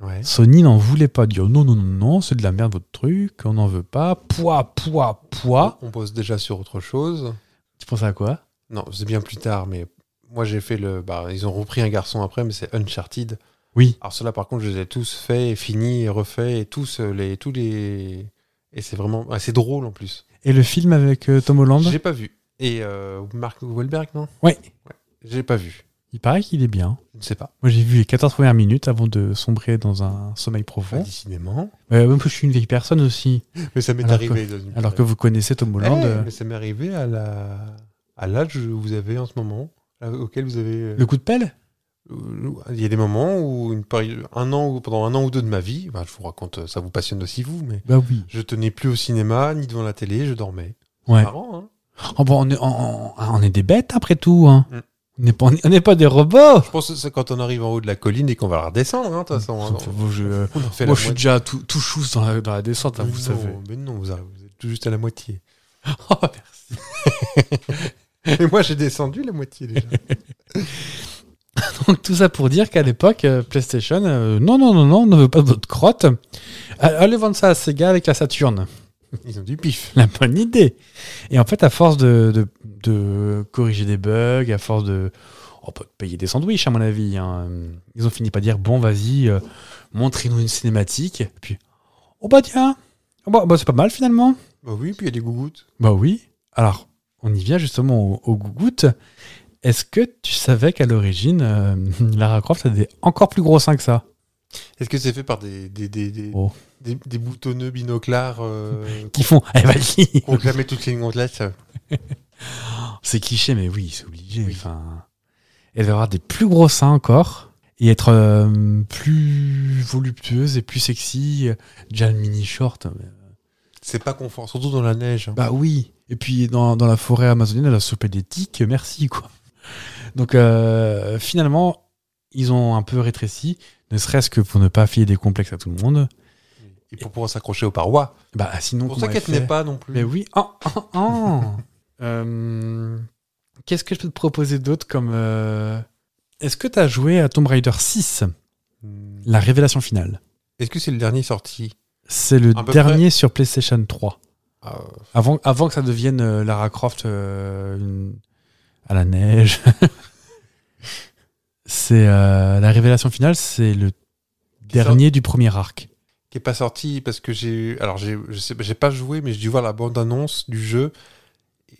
Speaker 1: Ouais.
Speaker 3: Sony n'en voulait pas dire non, non, non, non, c'est de la merde votre truc, on n'en veut pas. Poids, poids, poids.
Speaker 1: On pose déjà sur autre chose.
Speaker 3: Tu penses à quoi
Speaker 1: Non, c'est bien plus tard, mais moi j'ai fait le. Bah, ils ont repris un garçon après, mais c'est Uncharted.
Speaker 3: Oui.
Speaker 1: Alors ceux-là, par contre, je les ai tous faits, finis, et refaits, et tous euh, les. Tous les... Et c'est vraiment. ah, c'est drôle en plus.
Speaker 3: Et le film avec euh, Tom Holland
Speaker 1: J'ai pas vu. Et euh, Mark Wahlberg, non
Speaker 3: Ouais.
Speaker 1: J'ai pas vu.
Speaker 3: Il paraît qu'il est bien.
Speaker 1: Je ne sais pas.
Speaker 3: Moi j'ai vu les 14 premières minutes avant de sombrer dans un sommeil
Speaker 1: Pas
Speaker 3: profond.
Speaker 1: décidément.
Speaker 3: Euh, même que je suis une vieille personne aussi,
Speaker 1: Mais ça m'est
Speaker 3: Alors
Speaker 1: arrivé. dans une
Speaker 3: alors que vous connaissez Tom
Speaker 1: Eh,
Speaker 3: Holland. euh,
Speaker 1: mais ça m'est arrivé à la à l'âge que vous avez en ce moment, à- auquel vous avez. euh,
Speaker 3: Le coup de pelle
Speaker 1: Il y a des moments où une période- un an ou pendant un an ou deux de ma vie, bah, je vous raconte, ça vous passionne aussi vous, mais
Speaker 3: Bah oui.
Speaker 1: je tenais plus au cinéma ni devant la télé, je dormais.
Speaker 3: Ouais.
Speaker 1: Marrant, hein
Speaker 3: Oh, bon, on, est, on- on- on est des bêtes après tout. hein.
Speaker 1: Mm.
Speaker 3: On n'est pas, on n'est pas des robots.
Speaker 1: Je pense que c'est quand on arrive en haut de la colline et qu'on va la redescendre, hein, de toute façon. hein.
Speaker 3: Moi, je, euh,
Speaker 1: On en fait
Speaker 3: moi,
Speaker 1: la
Speaker 3: je suis
Speaker 1: moitié.
Speaker 3: déjà tout, tout chousse dans la, dans la descente, hein, vous
Speaker 1: Mais non,
Speaker 3: savez.
Speaker 1: Mais non, vous, arrivez- vous êtes tout juste à la moitié.
Speaker 3: Oh,
Speaker 1: Et moi, j'ai descendu la moitié déjà.
Speaker 3: Donc tout ça pour dire qu'à l'époque, euh, PlayStation, euh, non, non, non, non, on ne veut pas de votre crotte. A- Allez vendre ça à Sega avec la Saturn.
Speaker 1: Ils ont du pif.
Speaker 3: La bonne idée. Et en fait, à force de, de- de corriger des bugs, à force de, oh, pas de payer des sandwichs, à mon avis, hein, euh, ils ont fini par dire, bon, vas-y, euh, montrez-nous une cinématique. Puis, oh bah tiens, oh, bah, bah, c'est pas mal finalement.
Speaker 1: Bah oui, puis il y a des gougouttes.
Speaker 3: Bah oui. Alors, on y vient justement au, au Gougoute. Est-ce que tu savais qu'à l'origine, euh, Lara Croft a des encore plus gros seins que ça
Speaker 1: Est-ce que c'est fait par des, des, des, des,
Speaker 3: Oh.
Speaker 1: des, des boutonneux binoclars euh,
Speaker 3: Qui font Eh ben, si
Speaker 1: qu'on clamait toutes les gondelettes
Speaker 3: C'est cliché, mais oui, c'est obligé. Enfin, elle va avoir des plus gros seins encore et être euh, plus voluptueuse et plus sexy. Déjà le mini short. mais-
Speaker 1: C'est pas confort, surtout dans la neige. hein.
Speaker 3: Bah oui. Et puis dans, dans la forêt amazonienne, elle a chopé des tiques. Merci quoi. Donc euh, finalement, ils ont un peu rétréci, ne serait-ce que pour ne pas filer des complexes à tout le monde.
Speaker 1: Et pour pouvoir s'accrocher aux parois.
Speaker 3: Bah sinon,
Speaker 1: C'est pour ça
Speaker 3: comment
Speaker 1: qu'elle
Speaker 3: elle
Speaker 1: tenait
Speaker 3: fait
Speaker 1: pas non plus.
Speaker 3: Mais oui. Oh, oh, oh. Euh, Qu'est-ce que je peux te proposer d'autre comme. euh, Est-ce que tu as joué à Tomb Raider 6,
Speaker 1: Hmm.
Speaker 3: la révélation finale
Speaker 1: Est-ce que c'est le dernier sorti
Speaker 3: C'est le
Speaker 1: À peu
Speaker 3: dernier sur PlayStation 3.
Speaker 1: Ah,
Speaker 3: Avant, avant que ça devienne euh, Lara Croft euh, une- à la neige. c'est euh, la révélation finale, c'est le dernier du premier arc.
Speaker 1: Qui est pas sorti parce que j'ai eu. Alors, j'ai- je sais pas- j'ai pas joué, mais j'ai dû voir la bande-annonce du jeu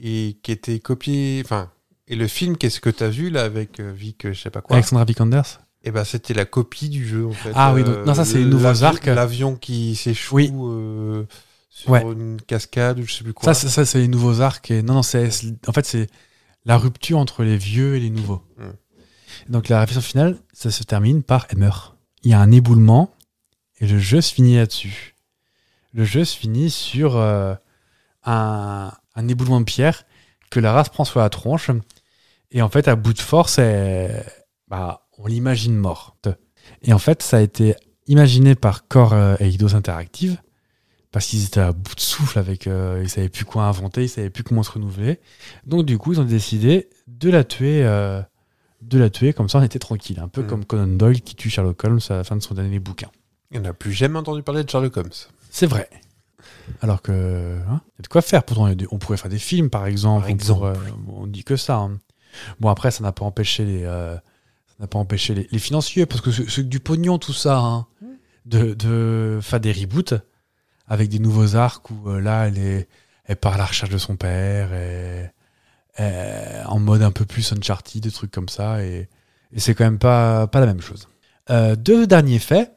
Speaker 1: et qui était copiée. Enfin, et le film, qu'est-ce que t'as vu là avec euh, Vic, euh, je sais pas quoi
Speaker 3: Alexandra Vikanders
Speaker 1: Et ben, c'était la copie du jeu en fait. Euh,
Speaker 3: Ah oui, donc- non, ça, c'est les nouveaux
Speaker 1: l'avion-
Speaker 3: arcs.
Speaker 1: L'avion qui s'échoue
Speaker 3: Oui.
Speaker 1: euh, sur
Speaker 3: Ouais.
Speaker 1: une cascade ou je sais plus quoi.
Speaker 3: Ça, c'est- ça, c'est les nouveaux arcs. Et... Non, non, c'est, c'est- en fait, c'est la rupture entre les vieux et les nouveaux.
Speaker 1: Mm.
Speaker 3: Donc, la réflexion finale, ça se termine par elle meurt. Il y a un éboulement et le jeu se finit là-dessus. Le jeu se finit sur euh, un, un éboulement de pierre que Lara se prend sur la tronche. Et en fait, à bout de force, elle- bah, on l'imagine morte. Et en fait, ça a été imaginé par Core euh, et Eidos Interactive parce qu'ils étaient à bout de souffle avec euh, ils savaient plus quoi inventer, ils savaient plus comment se renouveler. Donc du coup, ils ont décidé de la tuer euh, de la tuer comme ça on était tranquille, un peu
Speaker 1: Mm.
Speaker 3: comme Conan Doyle qui tue Sherlock Holmes à la fin de son dernier bouquin.
Speaker 1: On n'a plus jamais entendu parler de Sherlock Holmes.
Speaker 3: C'est vrai. Alors que hein, il y a de quoi faire pourtant il y a des- on pourrait faire des films par exemple,
Speaker 1: Par
Speaker 3: on
Speaker 1: exemple.
Speaker 3: pourrait- euh, on dit que ça. hein. Bon après ça n'a pas empêché les euh, ça n'a pas empêché les, les financiers parce que c'est c'est que du pognon tout ça hein, de, de faire des reboots avec des nouveaux arcs où euh, là, elle, est, elle part à la recherche de son père, et, et en mode un peu plus Uncharted, des trucs comme ça, et, et c'est quand même pas, pas la même chose. Euh, deux derniers faits.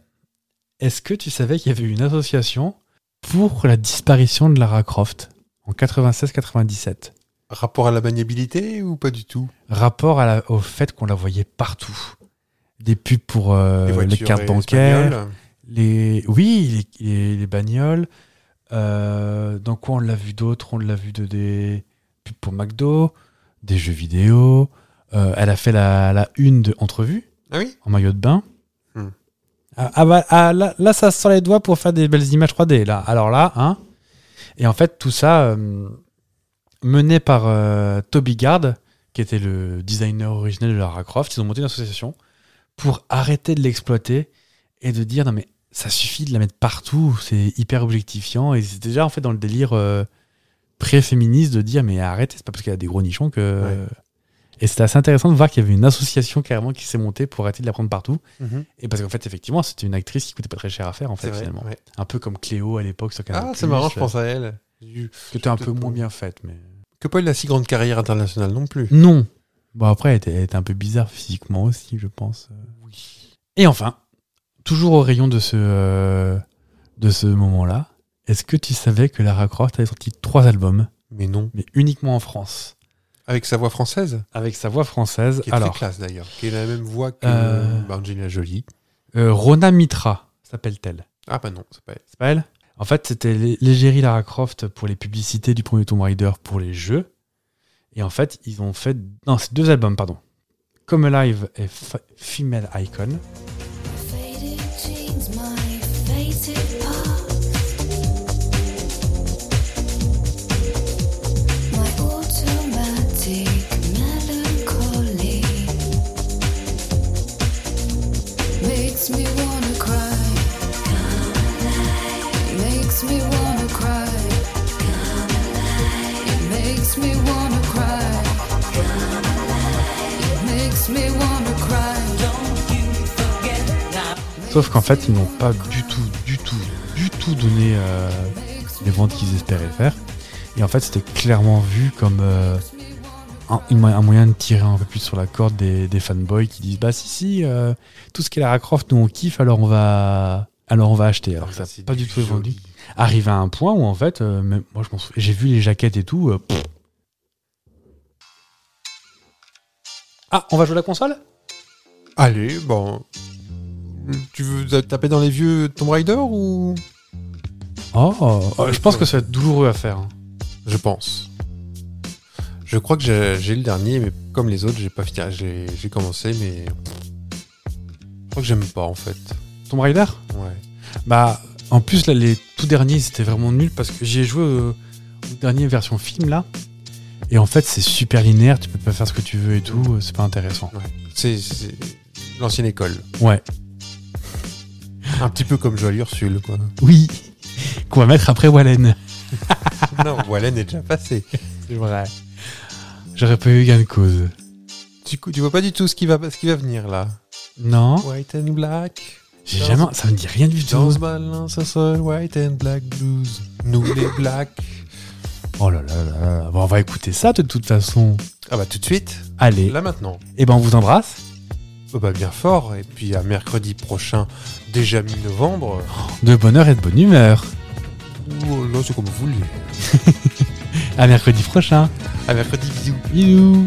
Speaker 3: Est-ce que tu savais qu'il y avait une association pour la disparition de Lara Croft en 96-97
Speaker 1: Rapport à la maniabilité ou pas du tout
Speaker 3: Euh, Rapport à la- au fait qu'on la voyait partout. Des pubs pour euh,
Speaker 1: Les
Speaker 3: les,
Speaker 1: voitures
Speaker 3: cartes
Speaker 1: et
Speaker 3: bancaires,
Speaker 1: espagnoles.
Speaker 3: les oui les, les- les bagnoles Euh, dans quoi on l'a vu d'autres on l'a vu de des pubs pour McDo des jeux vidéo Euh, elle a fait la, la une de entrevue
Speaker 1: Ah oui
Speaker 3: en maillot de bain
Speaker 1: Hmm.
Speaker 3: ah, ah bah, ah, là, là, ça se sort les doigts pour faire des belles images 3D là alors là hein et en fait tout ça euh, mené par euh, Toby Gard qui était le designer originel de Lara Croft ils ont monté une association pour arrêter de l'exploiter et de dire non mais ça suffit de la mettre partout, c'est hyper objectifiant et c'est déjà en fait dans le délire euh, pré-féministe de dire mais arrêtez, c'est pas parce qu'elle a des gros nichons que
Speaker 1: Ouais.
Speaker 3: et c'était assez intéressant de voir qu'il y avait une association carrément qui s'est montée pour arrêter de la prendre partout et parce qu'en fait effectivement c'était une actrice qui coûtait pas très cher à faire en
Speaker 1: C'est
Speaker 3: fait
Speaker 1: vrai.
Speaker 3: Mhm, finalement
Speaker 1: ouais.
Speaker 3: un peu comme Cléo à l'époque sur Canal
Speaker 1: Ah, c'est marrant, je
Speaker 3: euh,
Speaker 1: pense à elle. Du-
Speaker 3: qui était un peu
Speaker 1: Peut-être
Speaker 3: moins
Speaker 1: pas.
Speaker 3: bien faite mais
Speaker 1: Que Paul a si grande carrière internationale non plus.
Speaker 3: non bon après elle était, elle était un peu bizarre physiquement aussi je pense Et enfin, toujours au rayon de ce, euh, de ce moment-là, est-ce que tu savais que Lara Croft avait sorti trois albums,
Speaker 1: Mais non.
Speaker 3: mais uniquement en France,
Speaker 1: Avec sa voix française,
Speaker 3: avec sa voix française
Speaker 1: qui est
Speaker 3: Alors,
Speaker 1: très classe d'ailleurs, qui est la même voix que
Speaker 3: Euh.
Speaker 1: bah, Angelina Jolie.
Speaker 3: euh, Rona Mitra s'appelle-t-elle
Speaker 1: Ah bah non, c'est pas elle.
Speaker 3: C'est pas elle En fait, c'était l'é- l'égérie Lara Croft pour les publicités du premier Tomb Raider pour les jeux. Et en fait, ils ont fait. Non, c'est deux albums, pardon. Come Alive et F- Female Icon.
Speaker 7: Faded jeans, my faded past. My automatic melancholy makes me wanna cry. Makes me wanna cry. It makes me wanna cry. It makes me wanna cry.
Speaker 3: Sauf qu'en fait, ils n'ont pas du tout, du tout, du tout donné euh, les ventes qu'ils espéraient faire. Et en fait, c'était clairement vu comme euh, un, une mo- un moyen de tirer un peu plus sur la corde des, des fanboys qui disent bah si si euh, tout ce qu'est Lara Croft nous on kiffe alors on va alors on va acheter alors que ça a pas du tout vendu arrive à un point où en fait euh, même- moi je m'en souviens- j'ai vu les jaquettes et tout euh, pff. ah on va jouer à la console
Speaker 1: Allez, bon. Tu veux taper dans les vieux Tomb Raider ou.
Speaker 3: oh euh, je pense que ça va être douloureux à faire hein.
Speaker 1: Je pense. Je crois que j'ai j'ai le dernier, mais comme les autres, j'ai pas fini. J'ai j'ai commencé, mais. Je crois que j'aime pas en fait.
Speaker 3: Tomb Raider
Speaker 1: Ouais.
Speaker 3: Bah, en plus, là, les tout derniers, c'était vraiment nul parce que j'y ai joué euh, aux dernières versions film, là. Et en fait, c'est super linéaire, tu peux pas faire ce que tu veux et tout, euh, c'est pas intéressant.
Speaker 1: C'est c'est l'ancienne école.
Speaker 3: Ouais.
Speaker 1: Un petit peu comme Jolie Ursule, quoi.
Speaker 3: Oui Qu'on va mettre après Wallen.
Speaker 1: non, Wallen est déjà passé.
Speaker 3: C'est vrai. J'aurais pas eu gain de cause.
Speaker 1: Du coup, tu vois pas du tout ce qui va, ce qui va venir là.
Speaker 3: Non,
Speaker 1: White and black.
Speaker 3: j'ai jamais. Ça me dit rien du tout.
Speaker 1: Dans balance un seul white and black blues. Nous les blacks.
Speaker 3: Oh là là là là. Bon, on va écouter ça de toute façon.
Speaker 1: Ah bah tout de suite.
Speaker 3: Allez,
Speaker 1: Là maintenant.
Speaker 3: et ben on vous embrasse.
Speaker 1: Oh bah bien fort. Et puis à mercredi prochain, déjà mi-novembre.
Speaker 3: De bonne heure et de bonne humeur. Oh,
Speaker 1: Ou là c'est comme vous voulez.
Speaker 3: À mercredi prochain.
Speaker 1: À mercredi, bisous.
Speaker 3: Bisous.